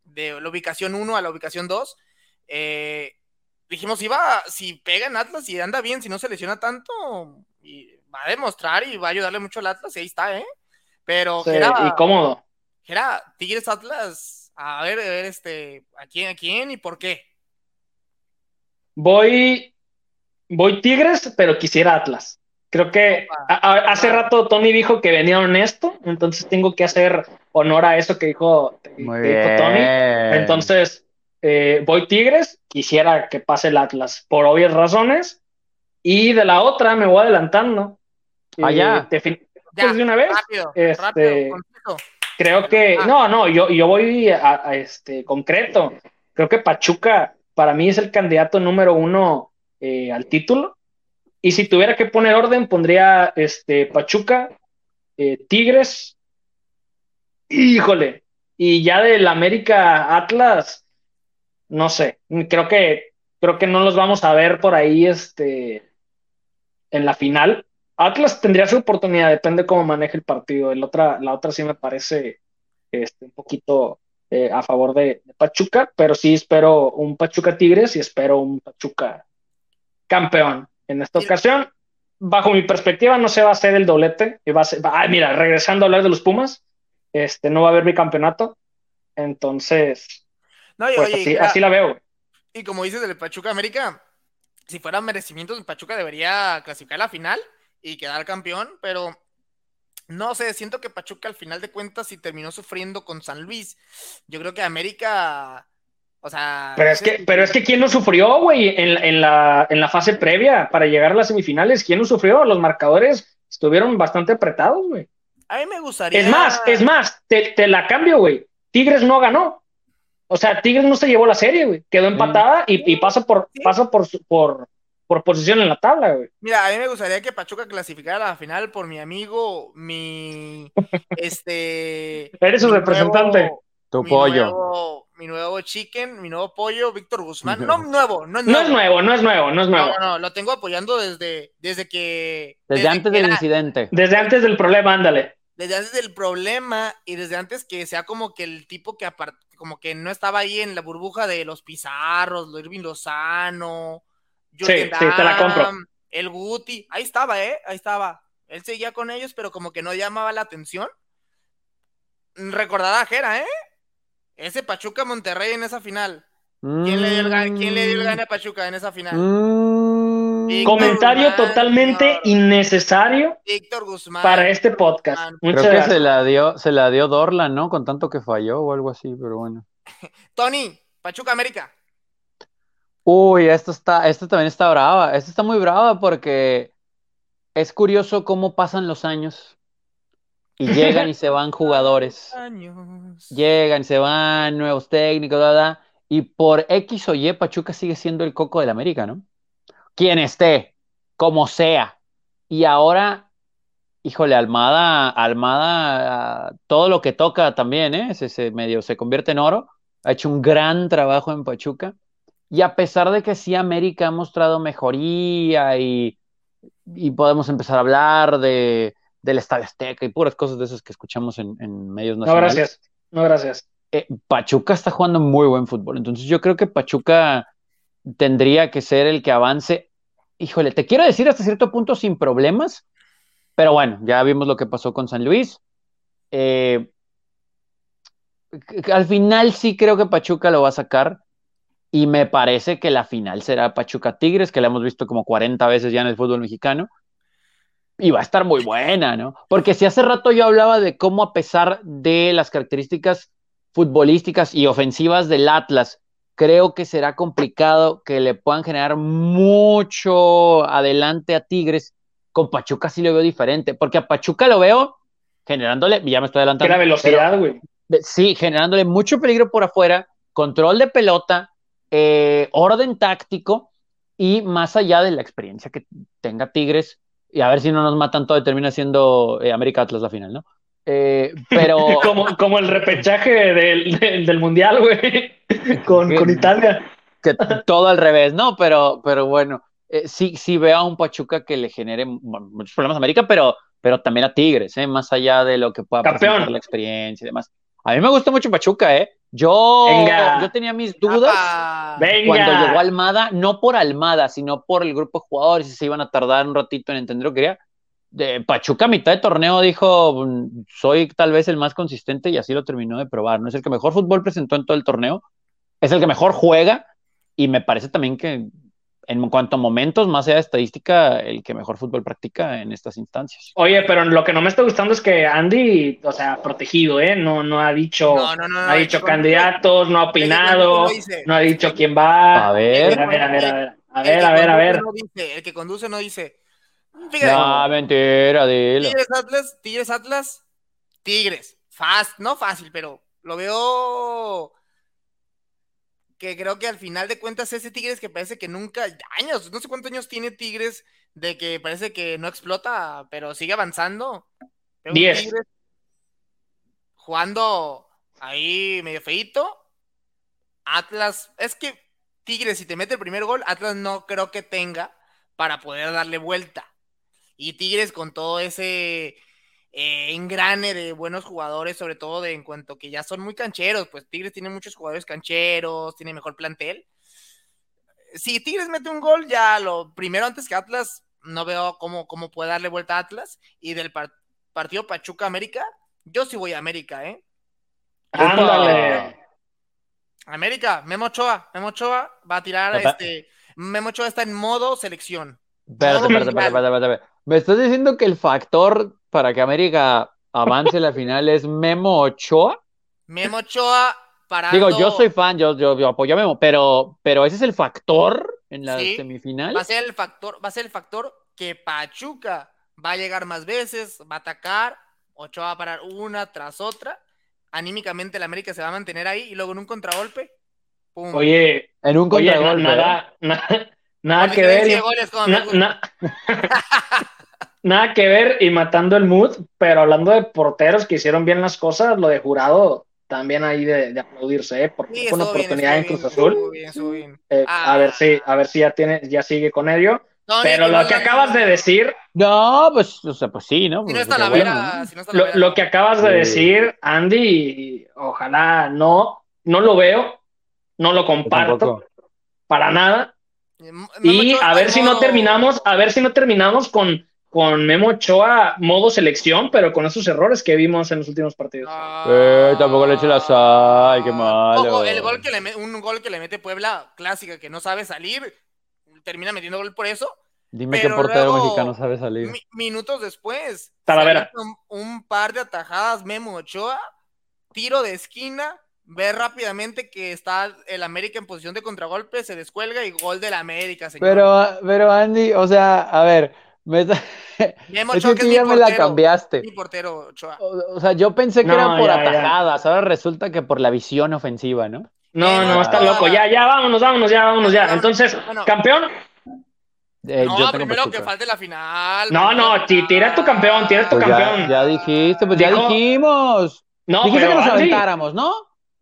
B: de la ubicación 1 a la ubicación 2, eh, dijimos, si va, si pega en Atlas y anda bien, si no se lesiona tanto, y va a demostrar y va a ayudarle mucho al Atlas, y ahí está, ¿eh? Pero,
C: Sí,
B: Gera,
C: y cómodo.
B: Gera, Tigres Atlas, a ver, a ver, este, ¿a quién, a quién y por qué?
C: Voy, voy Tigres, pero quisiera Atlas. Creo que
B: Opa.
C: a- a- hace
B: Opa.
C: rato Tony dijo que venía honesto, entonces tengo que hacer honor a eso que dijo, que
A: Muy
C: dijo
A: bien.
C: Tony. Entonces, eh, voy Tigres, quisiera que pase el Atlas por obvias razones. Y de la otra me voy adelantando. Eh,
A: Allá.
C: defin-
B: Ya, Ah,
C: pues de una vez.
B: rápido,
C: este,
B: rápido, contexto.
C: Creo que,
B: Ah.
C: no, no, yo, yo voy a, a este concreto. Creo que Pachuca para mí es el candidato número uno eh, al título. Y si tuviera que poner orden, pondría este Pachuca, eh, Tigres, híjole, y ya del América Atlas, no sé, creo que, creo que no los vamos a ver por ahí este, en la final. Atlas tendría su oportunidad, depende cómo maneje el partido. El otra, la otra sí me parece este, un poquito eh, a favor de, de Pachuca, pero sí espero un Pachuca Tigres y espero un Pachuca campeón. En esta ocasión, bajo mi perspectiva, no se va a hacer el doblete. y Va a ser- va- ah, mira, regresando a hablar de los Pumas, este, no va a haber mi campeonato. Entonces,
B: No, y-
C: pues
B: oye,
C: así,
B: Gera,
C: así la veo. güey.
B: Y como dices del Pachuca América, si fuera merecimiento del Pachuca debería clasificar a la final y quedar campeón, pero no sé, siento que Pachuca al final de cuentas si terminó sufriendo con San Luis, yo creo que América, o sea,
C: Pero es que, pero es que ¿quién no sufrió, güey, en, la- en la, en la fase previa para llegar a las semifinales? ¿Quién no sufrió? Los marcadores estuvieron bastante apretados, güey.
B: a mí me gustaría
C: Es más, es más, te, te la cambio, güey. Tigres no ganó. O sea, Tigres no se llevó la serie, güey. Quedó empatada y, y pasa por,
B: Sí.
C: pasa por, su- por, por posición en la tabla, güey.
B: Mira, a mí me gustaría que Pachuca clasificara a la final por mi amigo, mi este
C: Eres su
B: mi
C: representante.
B: nuevo-
A: Tu
B: mi
A: pollo.
B: nuevo- mi nuevo chicken, mi nuevo pollo, Víctor Guzmán. No, nuevo, no es
C: No
B: nuevo.
C: es nuevo, no es nuevo, no es
B: No,
C: nuevo.
B: no, no, lo tengo apoyando desde, desde que.
A: Desde antes
B: que
A: del
B: era-
A: incidente.
C: Desde antes del problema, ándale.
B: desde antes del problema y desde antes que sea como que el tipo que apar- como que no estaba ahí en la burbuja de los Pizarros, lo Irving Lozano, Jürgen
C: sí, te la compro.
B: Damm, el Guti, ahí estaba, eh, ahí estaba. Él seguía con ellos, pero como que no llamaba la atención. Recordada a Jera, ¿eh? Ese Pachuca Monterrey en esa final. ¿Quién le dio el, ga- quién le
C: Mm.
B: dio el gane a Pachuca en esa final?
A: Mm.
B: Y-
C: Comentario
B: Guzmán,
C: totalmente
B: señor.
C: innecesario
B: Víctor Guzmán.
C: para este podcast.
B: Guzmán.
C: Muchas
A: Creo que se
C: gracias.
A: la dio, se la dio Dorlan, ¿no? Con tanto que falló o algo así, pero bueno.
B: Tony, Pachuca América.
A: Uy, esto está, esto también está brava. Esto está muy brava porque es curioso cómo pasan los años y llegan y se van jugadores.
B: Años.
A: Llegan, se van, nuevos técnicos, bla, bla, y por X o Y, Pachuca sigue siendo el coco del América, ¿no? Quien esté, como sea. Y ahora, híjole, Almada, Almada, ah, todo lo que toca también, ¿eh? Se, se medio se convierte en oro. Ha hecho un gran trabajo en Pachuca. Y a pesar de que sí, América ha mostrado mejoría y, y podemos empezar a hablar de, del Estadio Azteca y puras cosas de esas que escuchamos en, en medios
C: No,
A: nacionales
C: gracias. No, gracias.
A: eh, Pachuca está jugando muy buen fútbol. Entonces yo creo que Pachuca tendría que ser el que avance. Híjole, te quiero decir hasta cierto punto sin problemas, Pero bueno, ya vimos lo que pasó con San Luis. Eh, al final sí creo que Pachuca lo va a sacar y me parece que la final será Pachuca Tigres, que la hemos visto como 40 veces ya en el fútbol mexicano. Y va a estar muy buena, ¿no? Porque si hace rato yo hablaba de cómo a pesar de las características futbolísticas y ofensivas del Atlas, creo que será complicado que le puedan generar mucho adelante a Tigres. Con Pachuca sí lo veo diferente, porque a Pachuca lo veo generándole, ya me estoy adelantando.
C: Que la velocidad, güey.
A: Sí, generándole mucho peligro por afuera, control de pelota, eh, orden táctico y más allá de la experiencia que tenga Tigres, y a ver si no nos matan todo y termina siendo eh, América Atlas la final, ¿no? Eh, pero.
C: como, como el repechaje del, del, del mundial, güey, con, con, Italia.
A: Que todo al revés, ¿no? Pero, pero bueno, eh, sí, sí veo a un Pachuca que le genere bueno, muchos problemas a América, pero, pero también a Tigres, ¿eh? más allá de lo que pueda pasar la experiencia y demás. A mí me gusta mucho Pachuca, ¿eh? Yo,
C: Venga.
A: yo tenía mis dudas
C: Venga.
A: cuando llegó Almada, no por Almada, sino por el grupo de jugadores, si se iban a tardar un ratito en entender lo que quería. De Pachuca a mitad de torneo dijo, "Mm, soy tal vez el más consistente y así lo terminó de probar. No es el que mejor fútbol presentó en todo el torneo, es el que mejor juega y me parece también que en cuanto a momentos, más allá de estadística, el que mejor fútbol practica en estas instancias.
C: Oye, pero lo que no me está gustando es que Andy, o sea, protegido, ¿eh? No, no ha dicho,
B: No, no, no,
C: ha
B: no,
C: dicho
B: yo-
C: candidatos, no ha opinado,
B: yo lo hice.
C: no ha dicho quién va.
A: A ver.
C: a ver, a ver, a ver, a ver,
B: El que
C: a ver, a ver.
B: conduce no dice, el que conduce no dice. Fíjate,
A: No, mentira, dilo.
B: Tigres Atlas, Tigres Atlas, Tigres. Fast, no fácil, pero lo veo que creo que al final de cuentas ese Tigres que parece que nunca, años, no sé cuántos años tiene Tigres de que parece que no explota, pero sigue avanzando. Veo un
C: Diez.
B: Tigres jugando ahí medio feito. Atlas, es que Tigres, si te mete el primer gol, Atlas no creo que tenga para poder darle vuelta. Y Tigres con todo ese eh, engrane de buenos jugadores, sobre todo de en cuanto que ya son muy cancheros, pues Tigres tiene muchos jugadores cancheros, tiene mejor plantel. Si Tigres mete un gol, ya lo primero antes que Atlas, no veo cómo, cómo puede darle vuelta a Atlas. Y del par- partido Pachuca América, yo sí voy a América, ¿eh?
C: Ándale.
B: América, Memo Ochoa, Memo Ochoa va a tirar,
A: Papá.
B: este, Memo Ochoa está en modo selección.
A: Espérate, espérate, espérate, espérate, espérate. Me estás diciendo que el factor para que América avance la final es Memo Ochoa.
B: Memo Ochoa parando.
A: Digo, yo soy fan, yo, yo, yo apoyo a Memo, pero, pero ese es el factor en la
B: Sí.
A: semifinal.
B: Va a ser el factor, va a ser el factor que Pachuca va a llegar más veces, va a atacar, Ochoa va a parar una tras otra. Anímicamente el América se va a mantener ahí y luego en un contragolpe. ¡pum!
C: Oye,
A: En un
C: oye, na-
A: contragolpe. ¿eh?
C: nada, na- nada
B: Con
C: Ah, que
B: diferencia
C: ver.
B: de goles, como
C: Na-
B: me gusta.
C: na- Nada que ver y matando el mood, pero hablando de porteros que hicieron bien las cosas, lo de jurado también ahí de, de aplaudirse, ¿eh? porque
B: Sí,
C: fue una
B: estuvo bien,
C: oportunidad en
B: estuvo
C: Cruz
B: bien,
C: Azul.
B: estuvo bien, estuvo bien.
C: Eh,
B: Ah.
C: A ver si, a ver si ya tiene, ya sigue con ello.
B: No,
C: Pero
B: no, no,
C: lo que
B: no,
C: acabas
B: no,
C: de
B: no.
C: decir,
A: No, pues, o sea, pues sí, ¿no?
B: Si no
A: Pues,
B: está
A: qué
B: la
A: bueno,
B: vera,
A: ¿no?
B: si no está la
C: lo,
B: vera.
C: lo que acabas de
A: Sí.
C: decir, Andy, y ojalá no, no lo veo, no lo
A: Yo
C: comparto
A: tampoco.
C: para nada.
B: Memo
C: Y
B: Ochoa
C: a ver
B: está
C: si
B: en
C: no
B: modo-
C: terminamos, a ver si no terminamos con, con Memo Ochoa modo selección, pero con esos errores que vimos en los últimos partidos.
B: Ah,
A: Eh, tampoco le eche la sal, qué malo.
B: Ojo, el gol que le me- un gol que le mete Puebla, clásica, que no sabe salir, termina metiendo gol por eso.
A: Dime qué
B: Pero
A: portero
B: luego-
A: mexicano sabe salir.
B: Mi- minutos después,
C: Talavera.
B: se avienta Un, un par de atajadas Memo Ochoa, tiro de esquina, ve rápidamente que está el América en posición de contragolpe, se descuelga y gol del América, señor.
A: Pero, pero Andy, o sea, a ver, me está-
B: Memo
A: es
B: Ochoa,
A: que
B: que es
A: tú
B: mi
A: ya me la
B: portero,
A: cambiaste.
B: mi portero Ochoa.
A: O, o sea, yo pensé que
C: No,
A: era por
C: ya, ya.
A: atajadas, ahora resulta que por la visión ofensiva, ¿no?
C: No,
B: Eh,
C: no,
A: no,
C: está
A: no.
C: loco. Ya, ya, vámonos, vámonos, ya, vámonos, ya. Entonces,
B: Bueno.
C: campeón.
A: Eh,
B: no,
A: yo tengo
B: primero
A: Pachuca.
B: que falte la final.
C: No,
B: primero
C: no,
B: la
C: ti- tira tu campeón, tira tu
A: Pues ya,
C: campeón.
A: ya dijiste, pues ya
C: Dijo-
A: dijimos.
C: No,
A: Dijiste
C: pero
A: que nos
C: Andy,
A: aventáramos, ¿no?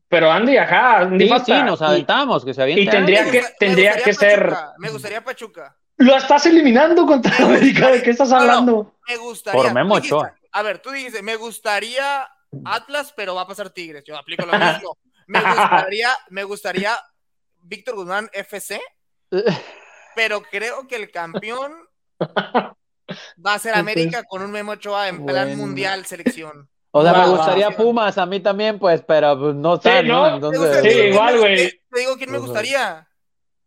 C: pero Andy, ajá, Andy
A: Sí,
C: falta.
A: sí, nos aventamos, que se aviente.
C: y tendría
A: Andy.
B: Me
C: que-
B: gusta- me
C: tendría
B: gustaría
C: que ser-
B: Pachuca, Me gustaría Pachuca.
C: Y- Lo estás eliminando contra América, ¿de qué estás
B: No, no.
C: hablando?
B: Me gustaría.
A: Por Memo
B: tú dijiste-
A: Ochoa.
B: A ver, tú dijiste, me gustaría Atlas, pero va a pasar Tigres. Yo aplico lo mismo. Me gustaría, me gustaría Víctor Guzmán FC, pero creo que el campeón Va a ser América con un Memo Ochoa en plan
D: Bueno.
B: mundial selección.
A: O sea, me
C: Wow.
A: gustaría Pumas a mí también, pues, pero pues, no sé, ¿no?
C: ¿no?
B: ¿Te gusta-
A: Entonces,
C: Sí,
B: te digo quién
C: igual,
B: me-
C: güey.
B: Te, te digo quién me
A: Ujú.
B: gustaría.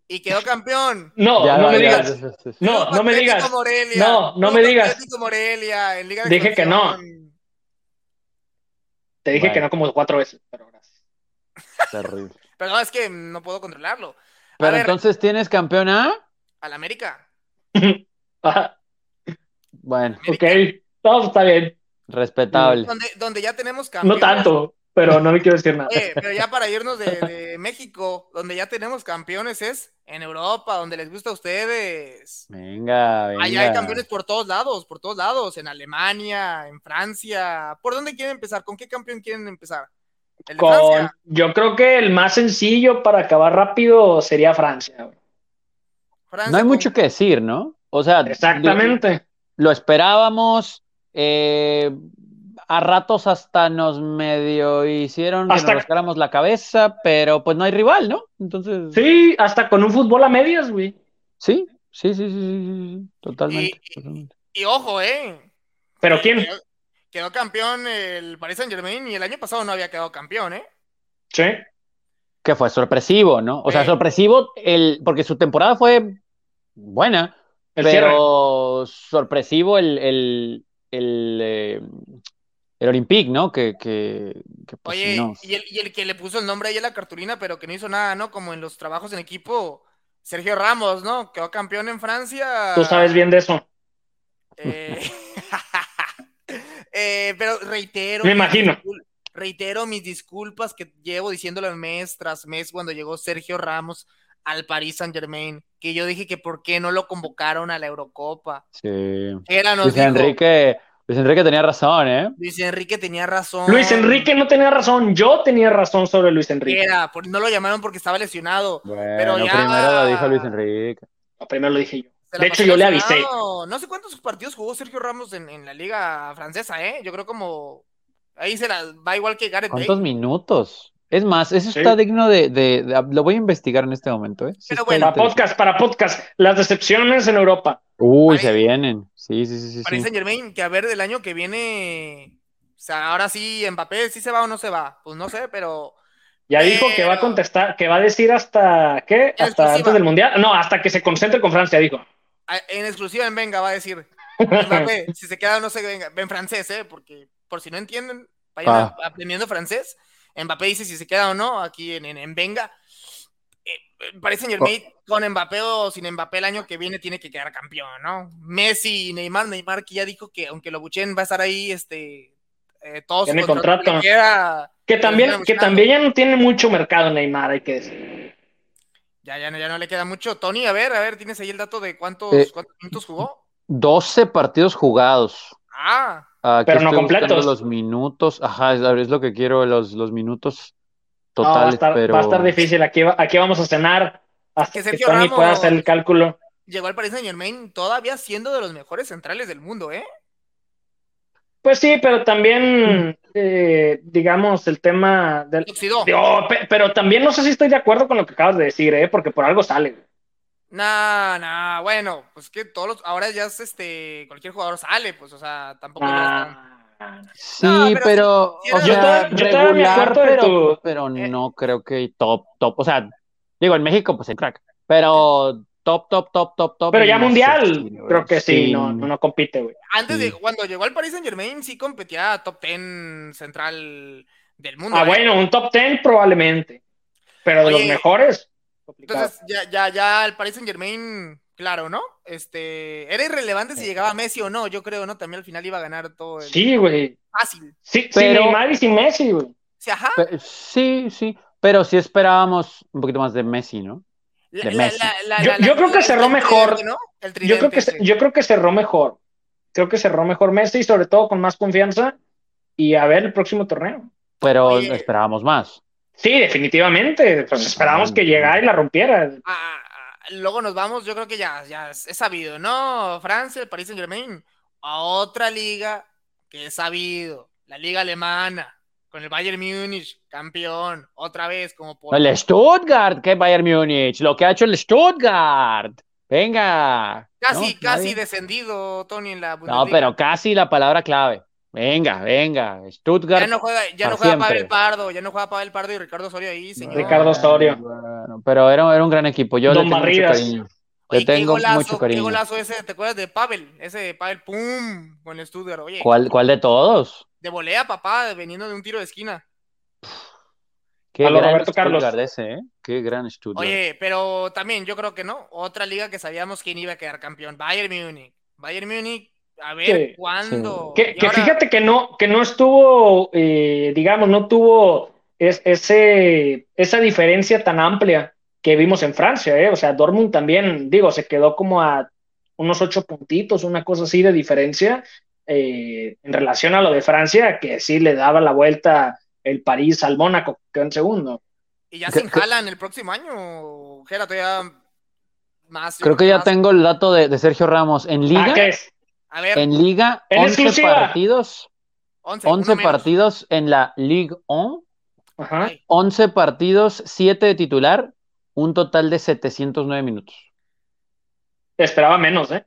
B: Y quedó campeón.
C: No,
A: ya,
C: no me
A: ya,
C: digas.
A: ya, ya, ya.
C: No, no me
B: Atlético
C: digas.
B: Morelia.
C: No, no
B: Pudo
C: me digas.
B: Atlético Morelia en Liga de
C: Dije que no.
B: Expansión.
C: Te dije que
A: Bueno.
C: no como cuatro veces, pero gracias.
A: Terrible.
B: Pero no, es que no puedo controlarlo.
A: Pero
B: ver.
A: entonces tienes campeona.
B: Al América.
C: Ah,
A: Bueno,
C: ok, no, está bien.
A: respetable.
B: Donde, donde ya tenemos
C: No
B: campeón.
C: tanto, pero no le quiero decir nada.
B: Oye, pero ya para irnos de, de México, donde ya tenemos campeones es en Europa, donde les gusta a ustedes.
A: Venga, venga.
B: Allá hay campeones por todos lados, por todos lados, en Alemania, en Francia. ¿Por dónde quieren empezar? ¿Con qué campeón quieren empezar? ¿El de
C: Con,
B: Francia?
C: yo creo que el más sencillo para acabar rápido sería Francia. güey.
B: Francia
A: No hay
B: con-
A: mucho que decir, ¿no? O sea,
C: Exactamente.
A: lo, lo esperábamos. eh, a ratos hasta nos medio hicieron que
C: Hasta-
A: nos rascáramos la cabeza, pero pues no hay rival, ¿no? Entonces,
C: Sí, hasta con un fútbol a medias, güey.
A: sí, sí, sí, sí, sí, sí, sí, totalmente.
B: Y-
A: totalmente.
B: Y ojo, ¿eh?
C: Pero ¿quién?
B: Quedó, quedó campeón el Paris Saint Germain y el año pasado no había quedado campeón, ¿eh?
C: Sí.
A: Que fue sorpresivo, ¿no? O sea,
B: Sí.
A: sorpresivo, el, porque su temporada fue buena,
C: El cierre.
A: pero sorpresivo el, el, el, eh, el Olympique, ¿no? Que, que, que, pues,
B: Oye,
A: no.
B: y, el, y el que le puso el nombre ahí a la cartulina, pero que no hizo nada, ¿no? Como en los trabajos en equipo, Sergio Ramos, ¿no? Quedó campeón en Francia.
C: Tú sabes bien de eso.
B: Eh, eh, pero reitero.
C: Me
B: mis
C: imagino.
B: discul- Reitero mis disculpas que llevo diciéndole mes tras mes cuando llegó Sergio Ramos al Paris Saint Germain, que yo dije que por qué no lo convocaron a la Eurocopa.
A: Sí.
B: Era nos
A: Luis
B: dijo,
A: Enrique, Luis Enrique tenía razón, ¿eh?
B: Luis Enrique tenía razón.
C: Luis Enrique no tenía razón. Yo tenía razón sobre Luis Enrique.
B: Era, por- no lo llamaron porque estaba lesionado.
A: Bueno,
B: ya-
A: primero lo dijo Luis Enrique.
C: No, primero lo dije yo.
B: Se la
C: De hecho,
B: pasó
C: yo le
B: lesionado.
C: avisé.
B: No sé cuántos partidos jugó Sergio Ramos en, en la liga francesa, ¿eh? Yo creo como... Ahí se la va igual que Gareth ¿eh? Bale.
A: ¿Cuántos minutos? Es más, eso
C: Sí.
A: está digno de, de- de- Lo voy a investigar en este momento, ¿eh? Sí
B: Pero
A: está
B: bueno.
C: Para
A: interesante.
C: podcast, para podcast. Las decepciones en Europa.
A: Uy,
B: París-
A: se vienen. Sí, sí, sí, sí,
B: Paris
A: sí.
B: Saint Germain, que a ver del año que viene. O sea, ahora sí, Mbappé, sí se va o no se va. Pues no sé, pero.
C: Ya dijo que va a
B: Pero-
C: contestar, que va a decir hasta qué,
B: En
C: hasta
B: exclusiva.
C: antes del mundial. No, hasta que se concentre con Francia, dijo.
B: a- En exclusiva en Venga va a decir. Mbappé, Pues, si se queda o no se venga. En francés, ¿eh? Porque por si no entienden, vayan
A: Ah.
B: a- aprendiendo francés. Mbappé dice si se queda o no aquí en, en, en Venga. Eh, Paris Saint Germain con Mbappé o sin Mbappé el año que viene tiene que quedar campeón, ¿no? Messi y Neymar, Neymar que ya dijo que aunque lo buchen va a estar ahí, este, eh, todo su
C: Tiene
B: contrato que le
C: contrato.
B: queda,
C: Que también,
B: Estamos
C: que
B: buscando.
C: también ya no tiene mucho mercado Neymar, hay que decir.
B: Ya, ya, no- ya no le queda mucho. Tony, a ver, a ver, ¿tienes ahí el dato de cuántos,
A: Eh.
B: cuántos minutos jugó?
A: 12 partidos jugados.
B: Ah,
A: Aquí
C: Pero no
A: estoy buscando
C: completos.
A: los minutos. Ajá, es, es lo que quiero, los, los minutos
C: No, va a
A: totales,
C: estar,
A: pero.
C: va a estar difícil. Aquí, va- aquí vamos a cenar hasta
B: Que
C: que,
B: Sergio
C: Tony
B: Ramos.
C: pueda hacer el cálculo.
B: llegó al Paris Saint Germain todavía siendo de los mejores centrales del mundo, ¿eh?
C: Pues sí, pero
A: Mm.
C: también, eh, digamos, el tema del.
B: Se Oxidó.
C: de- oh, pe- pero también no sé si estoy de acuerdo con lo que acabas de decir, ¿eh? Porque por algo sale.
B: Nah, nah, bueno, pues que todos los, ahora ya es este, cualquier jugador sale, pues, o sea, tampoco ya están-
C: Ah.
A: Sí,
B: No, pero
A: pero.
B: sí- sí
A: o
B: era-
A: sea,
B: Yo todavía-
C: yo todavía me
A: regular,
C: acuerdo de
A: pero,
C: tu-
A: pero
B: Eh.
A: no creo que top, top. O sea, digo, en México, pues el crack. Pero top, top, top, top, top.
C: Pero ya
A: no sé,
C: mundial,
A: sí,
C: creo que sí, no,
A: no.
C: no, no compite, güey.
B: Antes de
A: Sí.
B: cuando llegó al Paris Saint Germain sí competía top 10 central del mundo.
C: Ah,
B: ¿eh?
C: bueno, un top 10 probablemente. Pero de los
B: Oye,
C: mejores. complicado.
B: Entonces, ya, ya, ya el Paris Saint Germain, claro, ¿no? Este, era irrelevante si llegaba Messi o no, yo creo, ¿no? También al final iba a ganar todo el-
C: sí, güey.
B: fácil.
C: Sí,
A: Pero-
C: sin Neymar y sin Messi, güey.
B: O sea, ajá.
A: Pe- sí, sí. Pero sí esperábamos un poquito más de Messi, ¿no?
B: La-
A: de
B: la-
A: Messi.
B: la- la-
C: Yo-
B: la- la-
C: yo creo que
B: el
C: cerró
B: tridente,
C: mejor.
B: ¿no? El
C: Yo creo, que,
B: tridente, sí.
C: yo creo que cerró mejor. Creo que cerró mejor Messi, sobre todo con más confianza. Y a ver el próximo torneo.
A: Pero
B: Oye.
A: esperábamos más.
C: Sí, definitivamente. Pues esperábamos que llegara y la rompiera.
B: Ah, ah, ah, luego nos vamos, yo creo que ya, ya es es sabido, ¿no? Francia, el Paris Saint Germain, a otra liga que es sabido, la liga alemana, con el Bayern Múnich, campeón, otra vez, como por...
A: El Stuttgart, que Bayern Múnich, lo que ha hecho el Stuttgart. Venga.
B: Casi,
A: No,
B: casi
A: nadie.
B: descendido, Tony, en la Bundesliga.
A: No, pero casi la palabra clave. Venga, venga. Stuttgart.
B: Ya no juega, ya
A: para
B: no juega Pavel
A: siempre.
B: Pardo, ya no juega Pavel Pardo y Ricardo Osorio ahí, señor.
C: Ricardo Osorio.
A: Bueno, pero era, era un gran equipo. Yo
C: Don
A: le tengo mucho
C: Barridas.
A: cariño. Le
B: Oye, qué
A: tengo
B: golazo,
A: mucho
B: Qué
A: cariño.
B: golazo ese, ¿te acuerdas de Pavel? Ese de Pavel, pum, con el Stuttgart. Oye,
A: ¿Cuál, ¿Cuál de todos?
B: de volea, papá, de- veniendo de un tiro de esquina.
A: Qué
C: A lo
A: gran
C: Roberto Carlos.
A: Stuttgart ese, ¿eh? Qué gran Stuttgart.
B: Oye, pero también yo creo que no. Otra liga que sabíamos quién iba a quedar campeón. Bayern Múnich. Bayern Múnich, a ver
C: Sí,
B: cuándo.
C: Que,
B: Y
C: que
B: ahora-
C: fíjate que no, que no estuvo, eh, digamos, no tuvo es- ese, esa diferencia tan amplia que vimos en Francia, ¿eh? O sea, Dortmund también, digo, se quedó como a unos ocho puntitos, una cosa así de diferencia, eh, en relación a lo de Francia, que sí le daba la vuelta el París al Mónaco, que quedó en segundo.
B: Y ya
A: Que-
B: sin
A: que-
B: Haaland el próximo año. Gera, todavía más. yo
A: Creo que ya
B: más.
A: tengo el dato de, de Sergio Ramos. En
C: Ah,
A: liga,
C: ¿qué es?
B: A ver,
A: en liga,
C: En
A: 11
C: exclusiva.
A: partidos,
B: 11, uno
A: 11
B: menos.
A: partidos en la Ligue 1,
C: Ajá.
B: Ay,
A: 11 partidos, 7 de titular, un total de 709 minutos.
C: Esperaba menos, ¿eh?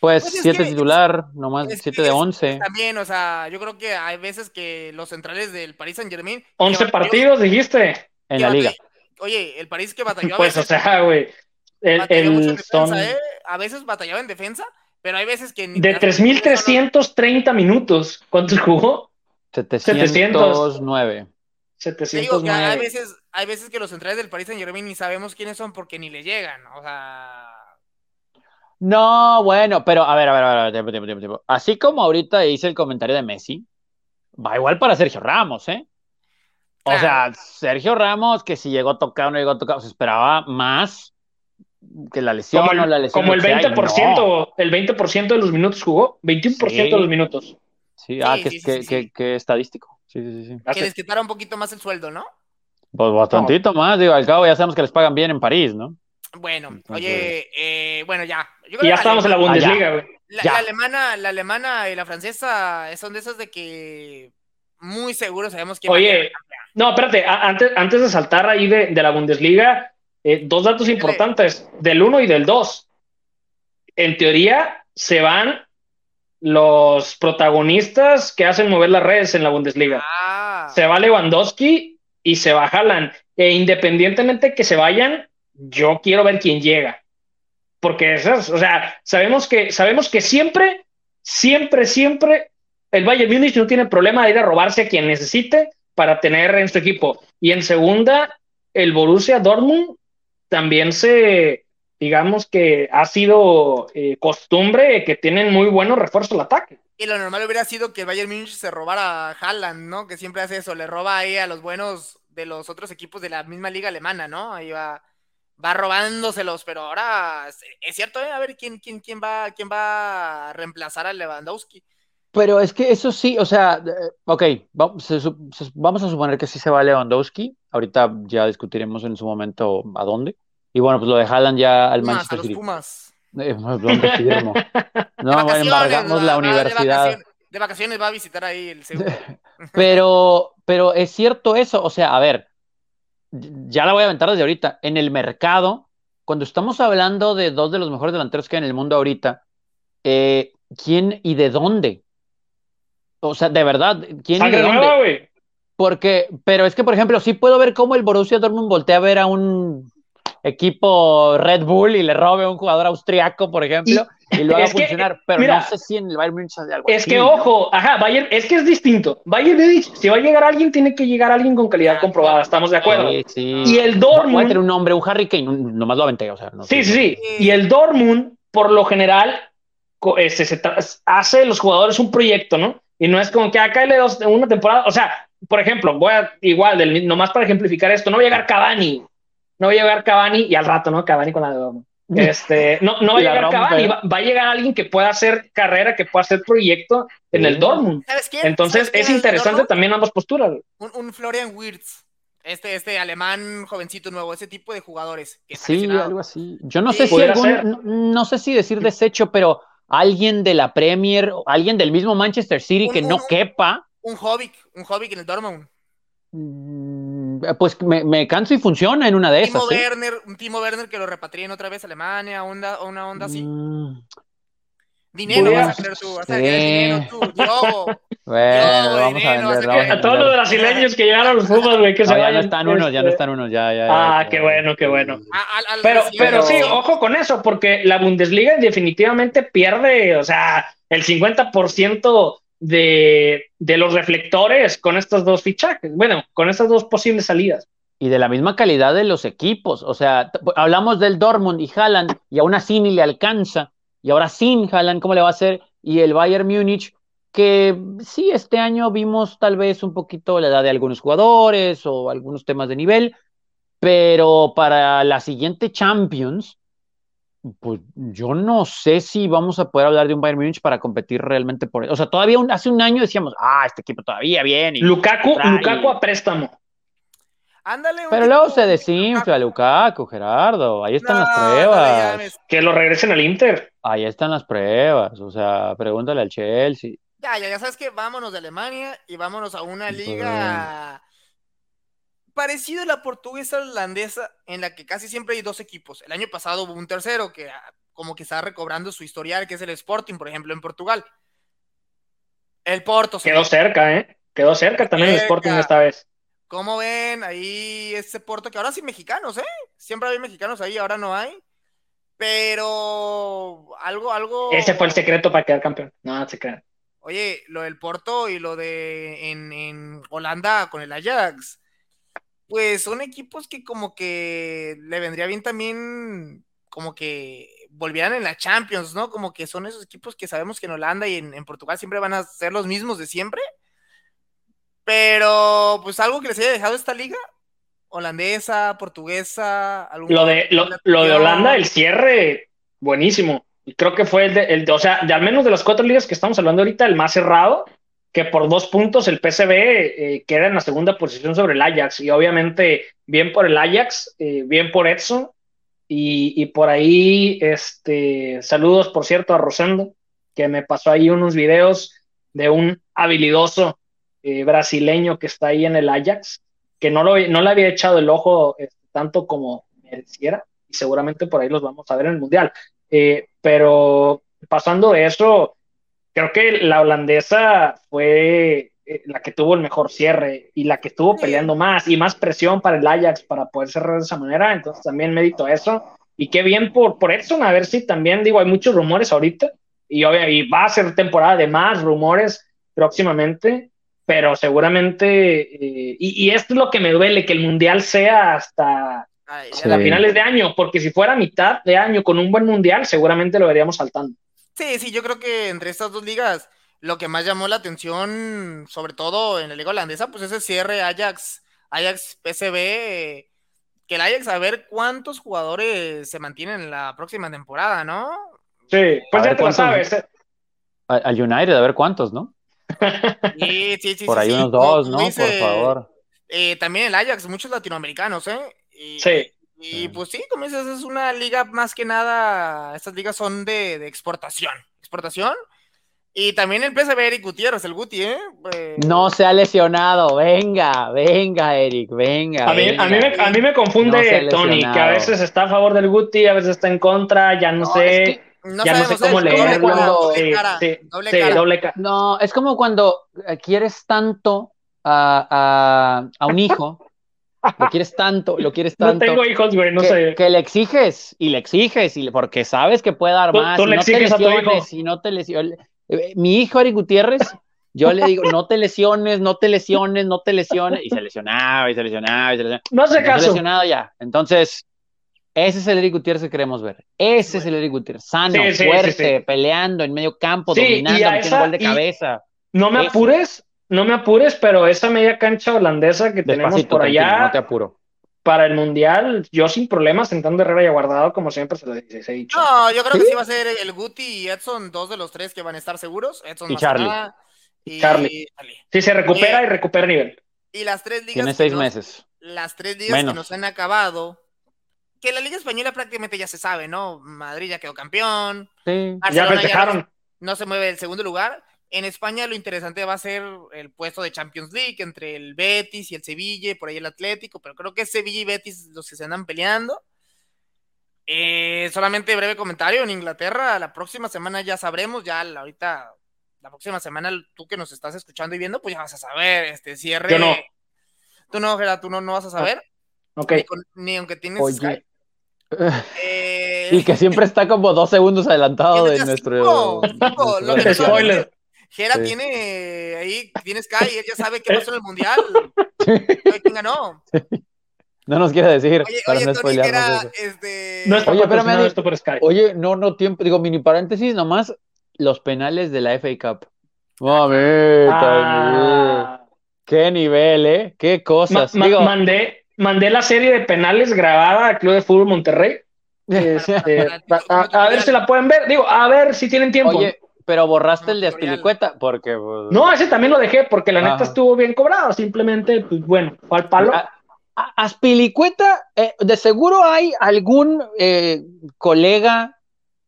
A: Pues
B: Pues es
A: 7
B: que-
A: titular, nomás
B: es que
A: 7 de
B: es-
A: 11.
B: También, o sea, yo creo que hay veces que los centrales del Paris Saint Germain.
C: 11 partidos, dijiste.
A: en la liga.
B: Oye, el París que batalló a
C: Pues, o
B: veces,
C: sea, güey. El,
B: batalló mucho en
C: el-
B: defensa,
C: son
B: ¿eh? A veces batallaba en defensa, pero hay veces que. ni-
C: de 3.330 minutos. ¿Cuántos jugó?
A: 709.
B: Te digo que
C: 709.
B: hay veces, hay veces que los centrales del Paris Saint Germain ni sabemos quiénes son porque ni le llegan. O sea,
A: No, bueno, pero a ver, a ver, a ver, a ver, tiempo, tiempo, tiempo, tiempo. Así como ahorita hice el comentario de Messi, va igual para Sergio Ramos, ¿eh? O sea,
B: Claro.
A: Sergio Ramos, que si llegó tocado, no llegó tocado, se esperaba más que la lesión
C: Como el-
A: o la lesión.
C: Como el
A: lo que sea, y
C: 20%,
A: no.
C: el 20% de los minutos jugó, 21%
A: Sí.
C: de los minutos.
A: Sí, ah,
B: Sí,
A: que,
B: sí, sí,
A: que-
B: sí,
A: que-
B: sí.
A: que estadístico. Sí, sí, sí.
B: que les quitara un poquito más el sueldo, ¿no?
A: Pues bastantito más, digo, al cabo ya sabemos que les pagan bien en París, ¿no?
B: Bueno,
A: Entonces-
B: oye, eh, bueno, ya. Yo creo
C: Y ya
B: que
C: estamos en la
A: Allá.
C: Bundesliga, güey.
B: La,
A: Ya.
B: la alemana, la alemana y la francesa son de esas de que muy seguros sabemos quién va a
C: Oye,
B: quedar.
C: no, espérate, a- antes, antes de saltar ahí de, de la Bundesliga, eh, dos datos importantes, del 1 y del 2. En teoría, se van los protagonistas que hacen mover las redes en la Bundesliga.
B: Ah,
C: Se va Lewandowski y se va Haaland. E independientemente que se vayan, yo quiero ver quién llega. Porque esas, o sea, sabemos que, sabemos que siempre, siempre, siempre el Bayern Múnich no tiene problema de ir a robarse a quien necesite para tener en su equipo. Y en segunda, el Borussia Dortmund también se, digamos que ha sido eh, costumbre que tienen muy buenos refuerzos al ataque.
B: y lo normal hubiera sido que el Bayern Múnich se robara a Haaland, ¿no? Que siempre hace eso, le roba ahí a los buenos de los otros equipos de la misma liga alemana, ¿no? Ahí va, va robándoselos, pero ahora es- es cierto, ¿eh? A ver quién, quién, quién va, quién va a reemplazar a Lewandowski.
A: Pero es que eso sí, o sea, eh, ok, va- se su- se- vamos a suponer que sí se va Lewandowski. Ahorita ya discutiremos en su momento a dónde. Y bueno, pues lo de Haaland ya al
B: Pumas, a
A: Manchester
B: los
A: City.
B: Pumas.
A: Eh, ¿dónde, Guillermo?
B: De
A: No,
B: vacaciones,
A: embargamos
B: va-
A: la
B: va de
A: universidad.
B: vacaciones- de vacaciones va a visitar ahí el segundo.
A: Pero, pero es cierto eso, o sea, a ver, ya la voy a aventar desde ahorita. En el mercado, cuando estamos hablando de dos de los mejores delanteros que hay en el mundo ahorita, eh, ¿quién y de dónde? O sea, de verdad, ¿quién y de
C: Sangre
A: dónde?
C: nueva, güey.
A: Porque, pero es que, por ejemplo, sí puedo ver cómo el Borussia Dortmund voltea a ver a un equipo Red Bull y le robe a un jugador austriaco, por ejemplo, y, lo haga
C: es que,
A: funcionar. pero
C: mira,
A: no sé si en el Bayern Munich de algo
C: Es
A: así,
C: que,
A: ¿no?
C: ojo, ajá, Bayern, es que es distinto. Bayern Múnich, si va a llegar alguien, tiene que llegar alguien con calidad comprobada, estamos de acuerdo.
A: Sí, sí.
C: Y el
A: Voy a tener
C: Dortmund,
A: un nombre, un Harry Kane, un- nomás lo aventé, o sea, no
C: sí,
A: sé.
C: sí, sí, y el Dortmund, por lo general, co- este, se tra- hace de los jugadores un proyecto, ¿no? Y no es como que acá le dos una temporada, o sea, por ejemplo, voy a, igual, del, mi- nomás para ejemplificar esto, no va a llegar Cavani, no va a llegar Cavani, y al rato, ¿no? Cavani con la de Dortmund. Este, no, no va a
A: Y la ¿eh?
C: llegar
A: rompe.
C: Cavani, va, va a llegar alguien que pueda hacer carrera, que pueda hacer proyecto en el
A: Sí.
C: Dortmund.
B: ¿Sabes quién?
C: Entonces,
B: ¿Sabes quién
C: es
B: el
C: interesante
B: Dortmund?
C: también ambas posturas. güey.
B: Un, un Florian Wirtz. Este, este alemán jovencito nuevo, ese tipo de jugadores. Que está
A: Sí,
B: lesionado.
A: algo así. Yo no sé
B: Sí.
A: si
C: Pudiera
A: algún-
C: ser.
A: no, no sé si decir desecho, pero alguien de la Premier, alguien del mismo Manchester City
B: Un-
A: que no
B: un-
A: quepa.
B: Un Hobbit, un Hobbit en el Dortmund.
A: mm, pues me, me canso y funciona en una de esas.
B: Timo
A: ¿sí?
B: Werner, un Timo Werner que lo repatrien otra vez a Alemania, onda, una onda así.
A: Mm,
B: Dinero
C: Voy a-
B: vas a querer tú, vas a querer dinero tú, Diogo.
A: bueno, vamos
B: No,
A: a
B: Irene, no
A: vender,
B: sé
A: vamos
B: qué.
A: a
C: A todos los
A: vender.
C: brasileños que llegaron a los fútbol, güey, que se
A: No, ya
C: vayan.
A: no están unos, ya no
C: Este,
A: están unos, ya, ya.
C: Ah,
A: ya.
C: qué bueno, qué bueno.
B: A- al- al
C: Pero,
B: recién-
C: pero sí,
A: pero-
C: ojo con eso, porque la Bundesliga definitivamente pierde, o sea, el 50% de, de los reflectores con estos dos fichajes, bueno, con estas dos posibles salidas.
A: Y de la misma calidad de los equipos. O sea, t- pues, hablamos del Dortmund y Haaland, y aún así ni le alcanza. Y ahora sin Haaland, ¿cómo le va a hacer? Y el Bayern Múnich, que sí, este año vimos tal vez un poquito la edad de algunos jugadores o algunos temas de nivel, pero para la siguiente Champions, pues yo no sé si vamos a poder hablar de un Bayern Múnich para competir realmente por O sea, todavía un- hace un año decíamos, ah, este equipo todavía viene.
C: Lukaku,
A: Trae.
C: Lukaku a préstamo.
B: Ándale, un
A: Pero
B: tipo-
A: luego se desinfla Lukaku, Gerardo. Ahí están las
B: No, no le
A: pruebas.
B: llames.
C: Que lo regresen al Inter.
A: Ahí están las pruebas. O sea, pregúntale al Chelsea.
B: Ya, ya, ya sabes que vámonos de Alemania y vámonos a una liga parecido a la portuguesa holandesa, en la que casi siempre hay dos equipos. El año pasado hubo un tercero que ah, como que está recobrando su historial, que es el Sporting, por ejemplo, en Portugal. El Porto,
C: Quedó
B: señor.
C: cerca, ¿eh? Quedó cerca también el
B: Cerca.
C: Sporting esta vez.
B: ¿Cómo ven? Ahí ese Porto, que ahora sí mexicanos, ¿eh? Siempre había mexicanos ahí, ahora no hay. Pero algo, algo.
C: Ese fue el secreto para quedar campeón. No, se crean.
B: Oye, lo del Porto y lo de en, en Holanda con el Ajax, pues son equipos que como que le vendría bien también como que volvieran en la Champions, ¿no? Como que son esos equipos que sabemos que en Holanda y en, en Portugal siempre van a ser los mismos de siempre. Pero pues algo que les haya dejado esta liga holandesa, portuguesa, algún
C: Lo de, lo, lo de
B: campeón.
C: Holanda, el cierre, buenísimo. Y creo que fue el, de, el de- o sea, de al menos de las cuatro ligas que estamos hablando ahorita, el más cerrado, que por dos puntos el PSV eh, queda en la segunda posición sobre el Ajax. Y obviamente, bien por el Ajax, eh, bien por Edson. Y, y por ahí, este, saludos, por cierto, a Rosendo, que me pasó ahí unos videos de un habilidoso eh, brasileño que está ahí en el Ajax, que no, lo, no le había echado el ojo eh, tanto como mereciera, y seguramente por ahí los vamos a ver en el Mundial. Eh, pero pasando de eso, creo que la holandesa fue eh, la que tuvo el mejor cierre y la que estuvo
B: Sí.
C: peleando más y más presión para el Ajax para poder cerrar de esa manera, entonces también mérito a eso. Y qué bien por, por Edson, a ver si también, digo, hay muchos rumores ahorita, y, obvia- y va a ser temporada de más rumores próximamente, pero seguramente, eh, y, y esto es lo que me duele, que el mundial sea hasta,
B: Ay,
A: Sí.
C: hasta finales de año, porque si fuera mitad de año con un buen mundial, seguramente lo veríamos saltando.
B: Sí, sí, yo creo que entre estas dos ligas lo que más llamó la atención, sobre todo en la liga holandesa, pues ese cierre Ajax, Ajax PSV, eh, que el Ajax a ver cuántos jugadores se mantienen en la próxima temporada, ¿no?
C: Sí, pues ya
A: A ver,
C: te lo
A: ¿cuántos?
C: sabes. eh.
A: A- Al United, a ver cuántos, ¿no?
B: Sí, sí, sí,
A: Por
B: sí,
A: ahí
B: sí,
A: unos
B: como-
A: dos,
B: como
A: ¿no? Por
B: dice,
A: favor.
B: eh, también el Ajax, muchos latinoamericanos, ¿eh? Y,
C: Sí,
B: y,
A: Mm.
B: pues sí, como dices, es una liga más que nada, estas ligas son de, de exportación, exportación. Y también el PSV Eric Gutiérrez, el Guti, ¿eh? Eh,
A: No se ha lesionado. Venga, venga, Eric, venga.
C: a mí,
A: venga.
C: a mí me, a mí me
A: No se ha
C: confunde
A: lesionado.
C: Tony, que a veces está a favor del Guti, a veces está en contra, ya no,
A: No,
C: sé.
A: es que-
B: No
C: ya no sé
B: sabemos,
C: cómo
B: es doble
A: leerlo,
B: cara, doble
C: sí,
B: cara,
C: sí,
B: doble
C: sí,
B: cara.
C: doble ca-
A: No, es como cuando eh, quieres tanto a, a- a un hijo, lo quieres tanto, lo quieres
C: No
A: tanto,
C: tengo hijos, güey, no
A: que,
C: sé.
A: que le exiges y le exiges y le- porque sabes que puede dar
C: Tú-
A: más.
C: tú
A: y
C: le
A: no te
C: exiges a tu hijo.
A: lesiones y no te lesiones. Eh, Mi hijo Eric Gutiérrez, yo le digo, no te lesiones, no te lesiones, no te lesiones. Y se lesionaba y se lesionaba y se lesionaba.
C: No sé
A: No se ha
C: caso.
A: lesionado ya. Entonces, ese es el Eric Gutiérrez que queremos ver. Ese es el Eric Gutiérrez, sano,
C: Sí, sí, sí,
A: fuerte,
C: sí.
A: peleando en medio campo,
C: Sí, y
A: dominando,
C: a
A: metiendo
C: esa-
A: gol de
C: y-
A: cabeza.
C: No me
A: Eso.
C: apures, no me apures, pero esa media cancha holandesa que tenemos
A: Despacito,
C: por
A: tranquilo,
C: allá
A: no te apuro.
C: para el Mundial, yo sin problemas sentando a Herrera y a Guardado, como siempre se lo he, se he dicho.
B: No, yo creo que
A: ¿Sí?
B: sí va a ser el Guti y Edson, dos de los tres que van a estar seguros. Edson
A: Y
B: más que
A: Charlie.
B: nada, y
C: Charlie.
B: Charlie.
C: Si se recupera
B: Oye.
C: y recupera nivel.
B: Y las tres ligas
A: Tiene
B: que
A: seis
B: no-
A: meses.
B: las tres ligas
A: Menos.
B: que nos han acabado, que la Liga Española prácticamente ya se sabe, ¿no? Madrid ya quedó campeón,
A: Sí.
C: Ya
B: Barcelona ya no-
C: festejaron.
B: no se mueve del segundo lugar, En España lo interesante va a ser el puesto de Champions League entre el Betis y el Sevilla, y por ahí el Atlético, pero creo que es Sevilla y Betis los que se andan peleando. Eh, solamente breve comentario, en Inglaterra la próxima semana ya sabremos, ya la- ahorita, la próxima semana tú que nos estás escuchando y viendo, pues ya vas a saber, este cierre.
C: Yo no.
B: Tú no, Gerard, tú no, no vas a saber,
C: Ok,
B: ni, con- ni aunque tienes
A: Oye.
B: Skype. Eh,
A: Y que siempre está como dos segundos adelantado de
B: Tienes
A: nuestro.
B: cinco, cinco, lo que-
C: spoiler.
B: Gera
A: Sí.
B: tiene ahí, tiene Sky, él ya sabe
C: Eh.
B: qué pasó en el mundial. Sabe quién ganó.
A: No nos quiere decir
B: Oye,
A: para
B: oye,
A: no
B: Tony,
A: spoilearnos
B: Gera,
A: eso.
B: este.
C: No está
A: Oye, espérame,
C: patrocinado
A: Adi.
C: esto por Skype.
A: Oye, no, no tiempo, digo, mini paréntesis, nomás los penales de la FA Cup. Mamita, mía.
C: Ah,
A: qué nivel, ¿eh? Qué
C: ma-
A: cosas.
C: ma-
A: digo,
C: mandé, mandé la serie de penales grabada al Club de Fútbol Monterrey. Este,
B: para-
C: a, a- a ver si la pueden ver. Digo, a ver si tienen tiempo.
A: oye, pero borraste el de
B: Tutorial.
A: Aspilicueta, porque. pues,
C: No, ese también lo dejé porque la neta
A: Ajá. Ah,
C: estuvo bien cobrado. Simplemente, pues bueno, fue al palo.
A: A- a- Aspilicueta, eh, de seguro hay algún eh, colega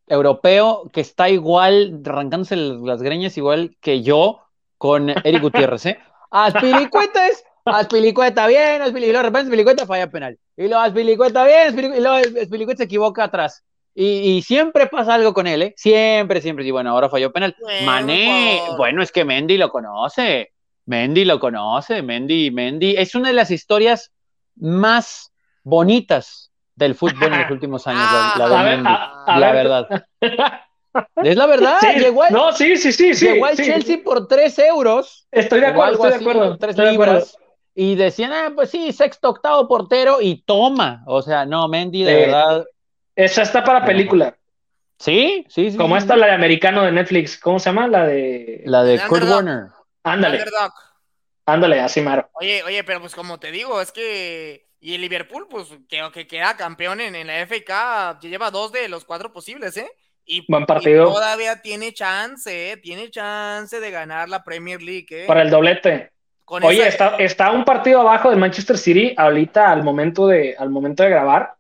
A: europeo que está igual, arrancándose l- las greñas igual que yo con Eric Gutiérrez, ¿eh? Aspilicueta es, Aspilicueta bien, Aspili- y luego de repente Aspilicueta falla penal. Y luego Aspilicueta bien, Aspili- y luego Aspilicueta se equivoca atrás. Y, y siempre pasa algo con él, ¿eh? Siempre, siempre. Y bueno, ahora falló penal.
B: Bueno,
A: Mané,
B: por-
A: bueno, es que Mendy lo conoce. Mendy lo conoce, Mendy, Mendy. Es una de las historias más bonitas del fútbol en los últimos años, Ah, la- la, de
C: Ah, A ver,
A: Mendy.
C: a- a
A: la
C: ver.
A: verdad. Es la verdad,
C: Sí,
A: ah, llegó al,
C: no, sí, sí, sí, sí.
A: llegó al
C: sí.
A: Chelsea por 3 euros,
C: Estoy de
A: o
C: acuerdo,
A: algo
C: estoy de
A: así,
C: acuerdo.
A: tres
C: estoy de acuerdo.
A: libras, y decían, ah, pues sí, sexto, octavo portero, y toma. O sea, no, Mendy, de
C: Sí.
A: verdad.
C: Esa está para película.
A: Sí, sí, sí.
C: Como
A: sí,
C: esta,
A: sí.
C: la de americano de Netflix. ¿Cómo se llama? La de.
A: La de
B: El
A: Kurt
B: underdog.
A: Warner.
C: Ándale,
B: Underdog.
C: ándale, así maro.
B: Oye, oye, pero pues como te digo, es que. Y el Liverpool, pues creo que queda campeón en, en la FA Cup. Ya lleva dos de los cuatro posibles, ¿eh? Y,
C: Buen
B: y
C: partido.
B: todavía tiene chance, ¿eh? Tiene chance de ganar la Premier League, ¿eh?
C: Para el doblete.
B: Con
C: Oye,
B: esa-
C: está, está un partido abajo del Manchester City ahorita al momento de, al momento de grabar.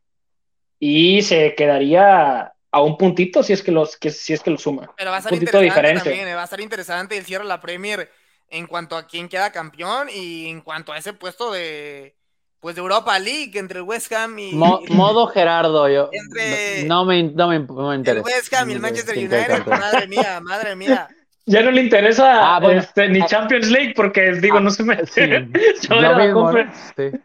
C: Y se quedaría a un puntito si es que los, que, si es que lo suma.
B: Pero va a ser
C: puntito
B: interesante
C: diferente.
B: también, eh, va a ser interesante el cierre de la Premier en cuanto a quién queda campeón y en cuanto a ese puesto de pues de Europa League entre el West Ham y
A: Mo- modo Gerardo, yo.
B: Entre-
A: No, me, no, me, no me
B: el
A: interesa.
B: West Ham y el Manchester
A: ¿Quién queda
B: United,
A: campeón?
B: madre mía, madre mía.
C: Ya no le interesa
A: Ah, bueno.
C: este, ni Champions League porque digo, no se me.
A: Sí,
C: Yo
A: lo
C: era la
A: mismo, ¿no?
C: Conference.
A: Sí.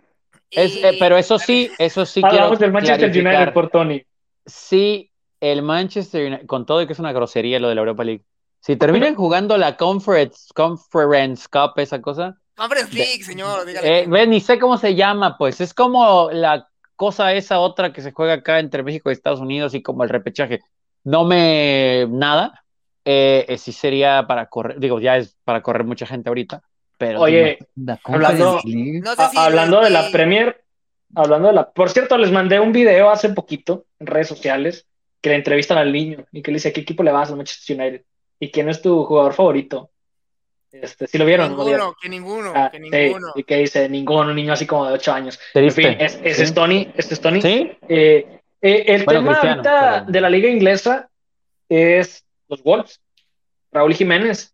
A: Es,
B: Y-
A: eh, pero eso sí, eso sí quiero
C: Hablamos del Manchester
A: clarificar.
C: United por Tony.
A: Si el Manchester United, con todo y que es una grosería lo de la Europa League, si terminan jugando la Conference, Conference Cup, esa cosa,
B: Conference
A: de-
B: League, señor, dígale.
A: eh, ve, ni sé cómo se llama, pues es como la cosa esa otra que se juega acá entre México y Estados Unidos y como el repechaje. No me nada. Eh, eh, sí sería para correr, digo, ya es para correr mucha gente ahorita, pero
C: Oye,
A: dime, la
C: hablando-
A: Conference League.
B: No sé
C: A-
B: si-
C: Ah, hablando de la
B: si-
C: Premier, hablando de la. Por cierto, les mandé un video hace poquito en redes sociales que le entrevistan al niño y que le dice: ¿A qué equipo le vas al Manchester United? ¿Y quién es tu jugador favorito? Este, si lo
B: que
C: vieron, ¿no? ¿Vieron?
B: ninguno, que ninguno,
C: Ah,
B: que
C: sí,
B: ninguno.
C: y que dice ninguno, un niño así como de 8 años. En
A: Triste.
C: fin, es- ese es Tony, este es Tony.
A: ¿Sí?
C: Eh, eh, el
A: Bueno,
C: tema
A: Cristiano,
C: ahorita
A: pero-
C: de la liga inglesa es los Wolves. Raúl Jiménez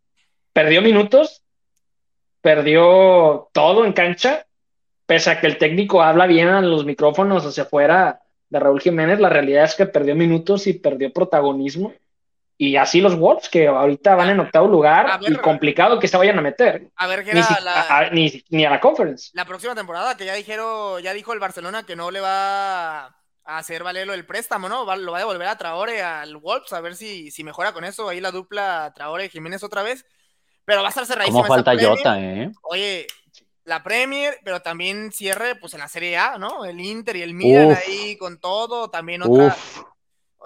C: perdió minutos, perdió todo en cancha, pese a que el técnico habla bien a los micrófonos hacia afuera de Raúl Jiménez, la realidad es que perdió minutos y perdió protagonismo. Y así los Wolves, que ahorita van en octavo
B: A
C: lugar
B: ver.
C: y complicado que se vayan a meter,
B: A ver, Gera,
C: ni, si-
B: la,
C: a- a- ni- ni a la conference.
B: la próxima temporada, que ya dijeron, ya dijo el Barcelona que no le va a hacer valer lo del préstamo, ¿no? Va- lo va a devolver a Traore al Wolves, a ver si, si mejora con eso. Ahí la dupla Traore y Jiménez otra vez. Pero va a estar cerradísima.
A: Como
B: esa
A: falta
B: Premier.
A: Jota, ¿eh?
B: Oye, la Premier, pero también cierre pues en la Serie A, ¿no? El Inter y el Milan
A: Uf.
B: ahí con todo, también otra.
A: Uf,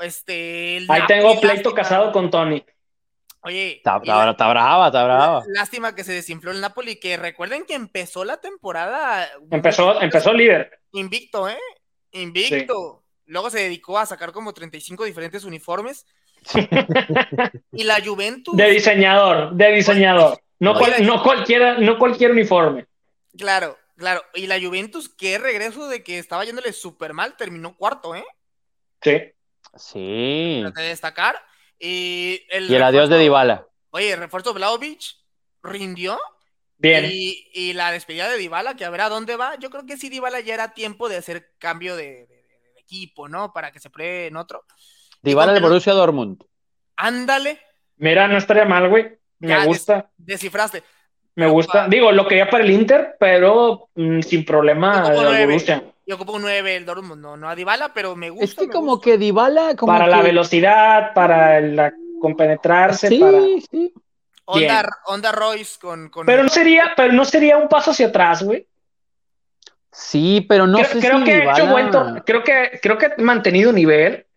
B: Este, el
C: Ahí
B: Napoli,
C: tengo pleito
B: lástima.
C: casado con Tony.
B: Oye,
A: está,
B: y la-
A: está- está brava, está brava.
B: lástima que se desinfló el Napoli, que recuerden que empezó la temporada.
C: Empezó, empezó líder.
B: Invicto, ¿eh? Invicto. Luego se dedicó a sacar como 35 diferentes uniformes. y la Juventus,
C: De diseñador, de diseñador. No,
A: Oye,
C: cual- no, cualquiera, no cualquier uniforme.
B: claro, claro. Y la Juventus, qué regreso de que estaba yéndole súper mal, terminó cuarto, ¿eh?
C: Sí.
A: Sí.
B: Trate de destacar. Y el,
A: Y el adiós de
B: refuerzo-
A: Dybala.
B: Oye, refuerzo Vlaovic rindió
C: Bien.
B: Y, y la despedida de Dybala, que a ver a dónde va. Yo creo que sí, Dybala ya era tiempo de hacer cambio de, de- de- de equipo, ¿no? Para que se pruebe en otro.
A: Dybala de
B: Pero-
A: Borussia Dortmund.
B: Ándale,
C: Mira, no estaría mal, güey. Me
B: Ya,
C: gusta,
B: descifraste.
C: me gusta. Digo, lo quería para el Inter, pero mm, sin problema
B: Como
C: de la
B: nueve.
C: Borussia.
B: Yo ocupo un 9 el Dortmund, no, no a Dybala, pero me gusta.
A: Es que
B: me
A: como
B: gusta.
A: que Dybala como
C: Para la
A: que-
C: velocidad, para la compenetrarse,
A: Sí,
C: para.
A: sí.
B: Onda,
C: bien.
B: onda Royce con, con-
C: Pero no sería, pero no sería un paso hacia atrás, güey.
A: Sí, pero no
C: creo,
A: sé
C: creo
A: si
C: que ha hecho
A: Dybala-
C: buen tor- creo que creo que ha mantenido nivel,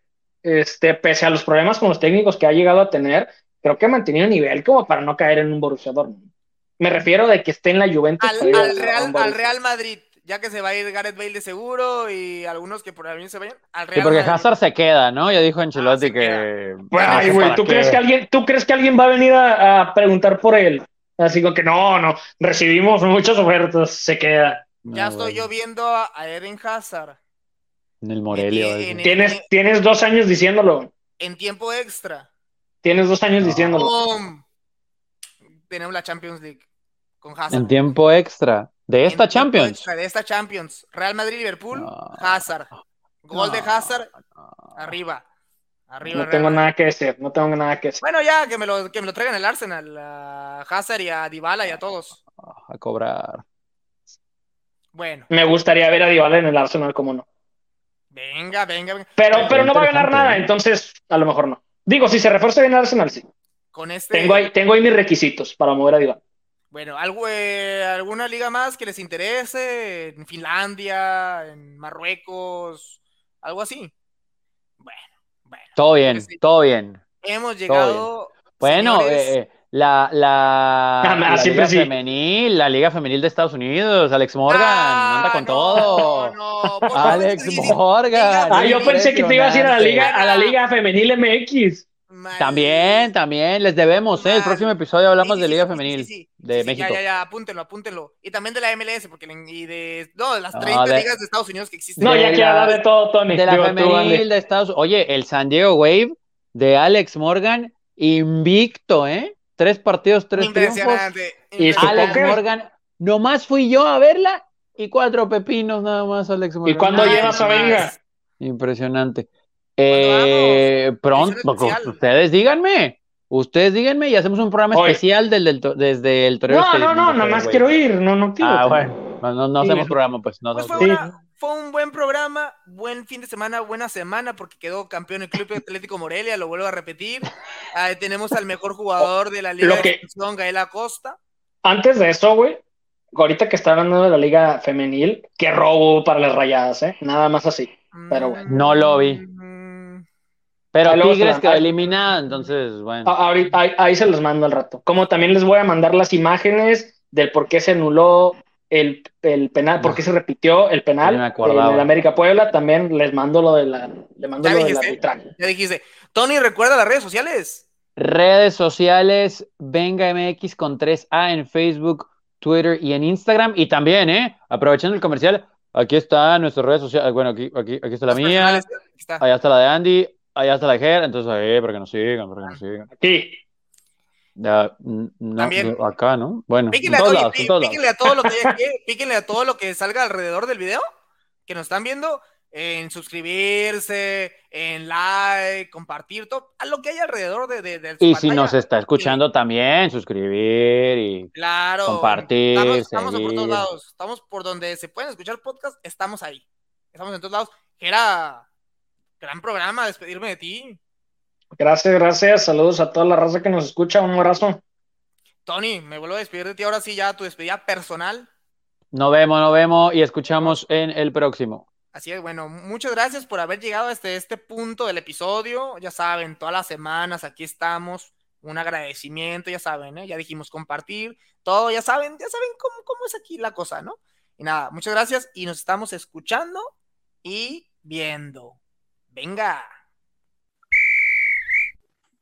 C: este, pese a los problemas con los técnicos que ha llegado a tener, creo que ha mantenido nivel como para no caer en un Borussia Dortmund. Me refiero de que esté en la Juventus
B: al,
C: para ir a-
B: al
C: a
B: Real,
C: un Borussia.
B: al Real Madrid, ya que se va a ir Gareth Bale de seguro y algunos que por ahí se vayan. Al
A: Sí,
B: Real
A: porque
B: Madrid.
A: Hazard se queda, ¿no? Ya dijo
B: Ah,
A: Ancelotti
B: se
A: que.
C: Bueno,
A: no
C: ay,
A: sé
C: güey,
A: para
C: ¿tú
A: qué.
C: crees que alguien, tú crees que alguien va a venir a, a preguntar por él? Así como que no, no, recibimos muchas ofertas, se queda.
B: Ya
A: No,
B: estoy
A: güey,
B: yo viendo a, a Eren Hazard
A: En el Morelia.
B: en-
A: güey.
B: en-
C: Tienes, tienes dos años diciéndolo,
B: en tiempo extra.
C: tienes dos años
A: No.
C: diciéndolo.
B: ¡Pum! Tenemos la Champions League con Hazard.
A: En tiempo extra. De
B: En
A: esta
B: tiempo
A: Champions.
B: extra de esta Champions. Real Madrid, Liverpool,
A: No.
B: Hazard. Gol de
A: No.
B: Hazard, arriba. Arriba.
C: No
B: Real
C: tengo
B: Madrid.
C: nada que decir, no tengo nada que decir.
B: Bueno, ya que me lo, que me lo traigan el Arsenal, a Hazard y a Dybala y a todos.
A: A cobrar.
B: Bueno,
C: Me gustaría ver a Dybala en el Arsenal, como no.
B: venga, venga, venga.
C: Pero,
A: Está
C: pero no va a ganar
A: interesante,
C: nada,
A: ¿eh?
C: entonces a lo mejor no. Digo, si se refuerza bien el Arsenal, sí.
B: Con este.
C: Tengo ahí, tengo ahí mis requisitos para mover a Dybala.
B: Bueno, algo, eh, alguna liga más que les interese, en Finlandia, en Marruecos, algo así. Bueno, bueno.
A: Todo bien,
B: Sí.
A: todo bien.
B: Hemos llegado.
A: Bueno,
B: señores,
A: eh, eh, la, la,
C: Ah,
A: la
C: siempre
A: Liga
C: sí.
A: Femenil, la Liga Femenil de Estados Unidos, Alex Morgan,
B: Ah,
A: anda con
B: no,
A: todo.
B: no, no, por favor, este
A: Alex
B: sí, sí,
A: Morgan.
C: Ah, yo pensé que te ibas a ir a la liga, a la liga femenil MX.
B: mal.
A: También, también, les debemos, ¿eh? El
B: Mal.
A: próximo episodio
B: Sí,
A: hablamos
B: sí,
A: de
B: sí,
A: Liga
B: sí,
A: Femenil
B: sí, sí,
A: de
B: sí, sí,
A: México.
B: Ya, ya, ya, apúntenlo, apúntenlo. Y también de la MLS, porque le- y de no, de las
A: No,
B: 30
A: de-
B: ligas de Estados Unidos que existen.
C: No,
A: De
C: ya
A: la-
C: quiero hablar de todo, Tony.
A: De la
C: Digo, tú,
A: femenil
C: Andy.
A: de Estados Oye, el San Diego Wave de Alex Morgan, invicto, ¿eh? Tres partidos, tres triunfos.
B: impresionante.
C: Y
B: impresionante.
A: Alex
C: Supongo que-
A: Morgan, nomás fui yo a verla y cuatro pepinos nada más, Alex Morgan.
C: cuándo
A: Ay,
C: llevas a
B: nomás.
C: Venga?
A: Impresionante. Eh, pronto,
B: Edición especial.
A: ustedes díganme, ustedes díganme y hacemos un programa
C: Oye.
A: especial del, del to- desde el torero.
C: No,
A: este-
C: no, no, nada más
A: güey.
C: quiero ir, no, no quiero.
A: Ah, bueno, no, no, no
C: Sí,
A: hacemos
C: bueno.
A: programa, pues. No,
B: Pues
A: hacemos
B: fue,
A: programa.
B: una- fue un buen programa, buen fin de semana, buena semana, porque quedó campeón el Club Atlético Morelia, lo vuelvo a repetir. Ah, tenemos al mejor jugador de la Liga
C: Lo
B: de
C: que-
B: Expansión, Gael Acosta.
C: Antes de eso, güey, ahorita que está hablando de la liga femenil, qué robo para las rayadas, ¿eh? Nada más así. Pero bueno.
A: No lo vi.
B: Mm,
A: Pero
C: Ahí luego se
A: Tigres
C: van.
A: quedó
C: Ahí-
A: eliminada, entonces, bueno.
C: A- ahorita- ahí, ahí se los mando al rato. Como también les voy a mandar las imágenes del por qué se anuló el, el penal, por qué se repitió el penal eh,
A: Ya me
C: en
A: acordaba.
C: el América Puebla. También les mando lo de la, le mando
B: Ya
C: lo del
B: dijiste.
C: arbitral.
B: Ya dijiste. Tony, recuerda las redes sociales.
A: Redes sociales, Venga MX con 3A en Facebook, Twitter y en Instagram. Y también, ¿eh? Aprovechando el comercial, aquí está nuestras redes sociales. Bueno, aquí, aquí, aquí está la
B: Las
A: mía,
B: personales. Aquí está.
A: allá está la de Andy, allá está la de Ger. Entonces, ahí, para que nos sigan, para que nos sigan.
C: Aquí.
A: Ya, mm, no,
B: También.
A: de- acá, ¿no? Bueno, en
B: Píquenle a,
A: todos
B: oye,
A: lados,
B: pí-
A: en todos lados.
B: píquenle a todo lo que hay aquí, píquenle a todo lo que salga alrededor del video que nos están viendo, en suscribirse, en like, compartir, todo, a lo que hay alrededor de, de, de su
A: Y si
B: pantalla.
A: nos está escuchando también, suscribir y
B: Claro.
A: compartir,
B: Estamos, estamos por todos
A: seguir.
B: lados. Estamos por donde se pueden escuchar podcast, estamos ahí. Estamos en todos lados. Era gran programa despedirme de ti.
C: Gracias, gracias. Saludos a toda la raza que nos escucha. Un abrazo.
B: Tony, me vuelvo a despedir de ti ahora sí, ya tu despedida personal.
A: Nos vemos, nos vemos y escuchamos en el próximo.
B: Así es, bueno, muchas gracias por haber llegado hasta este punto del episodio. Ya saben, todas las semanas aquí estamos. Un agradecimiento, ya saben, ¿eh? ya dijimos compartir, todo, ya saben, ya saben cómo, cómo es aquí la cosa, ¿no? Y nada, muchas gracias y nos estamos escuchando y viendo. Venga.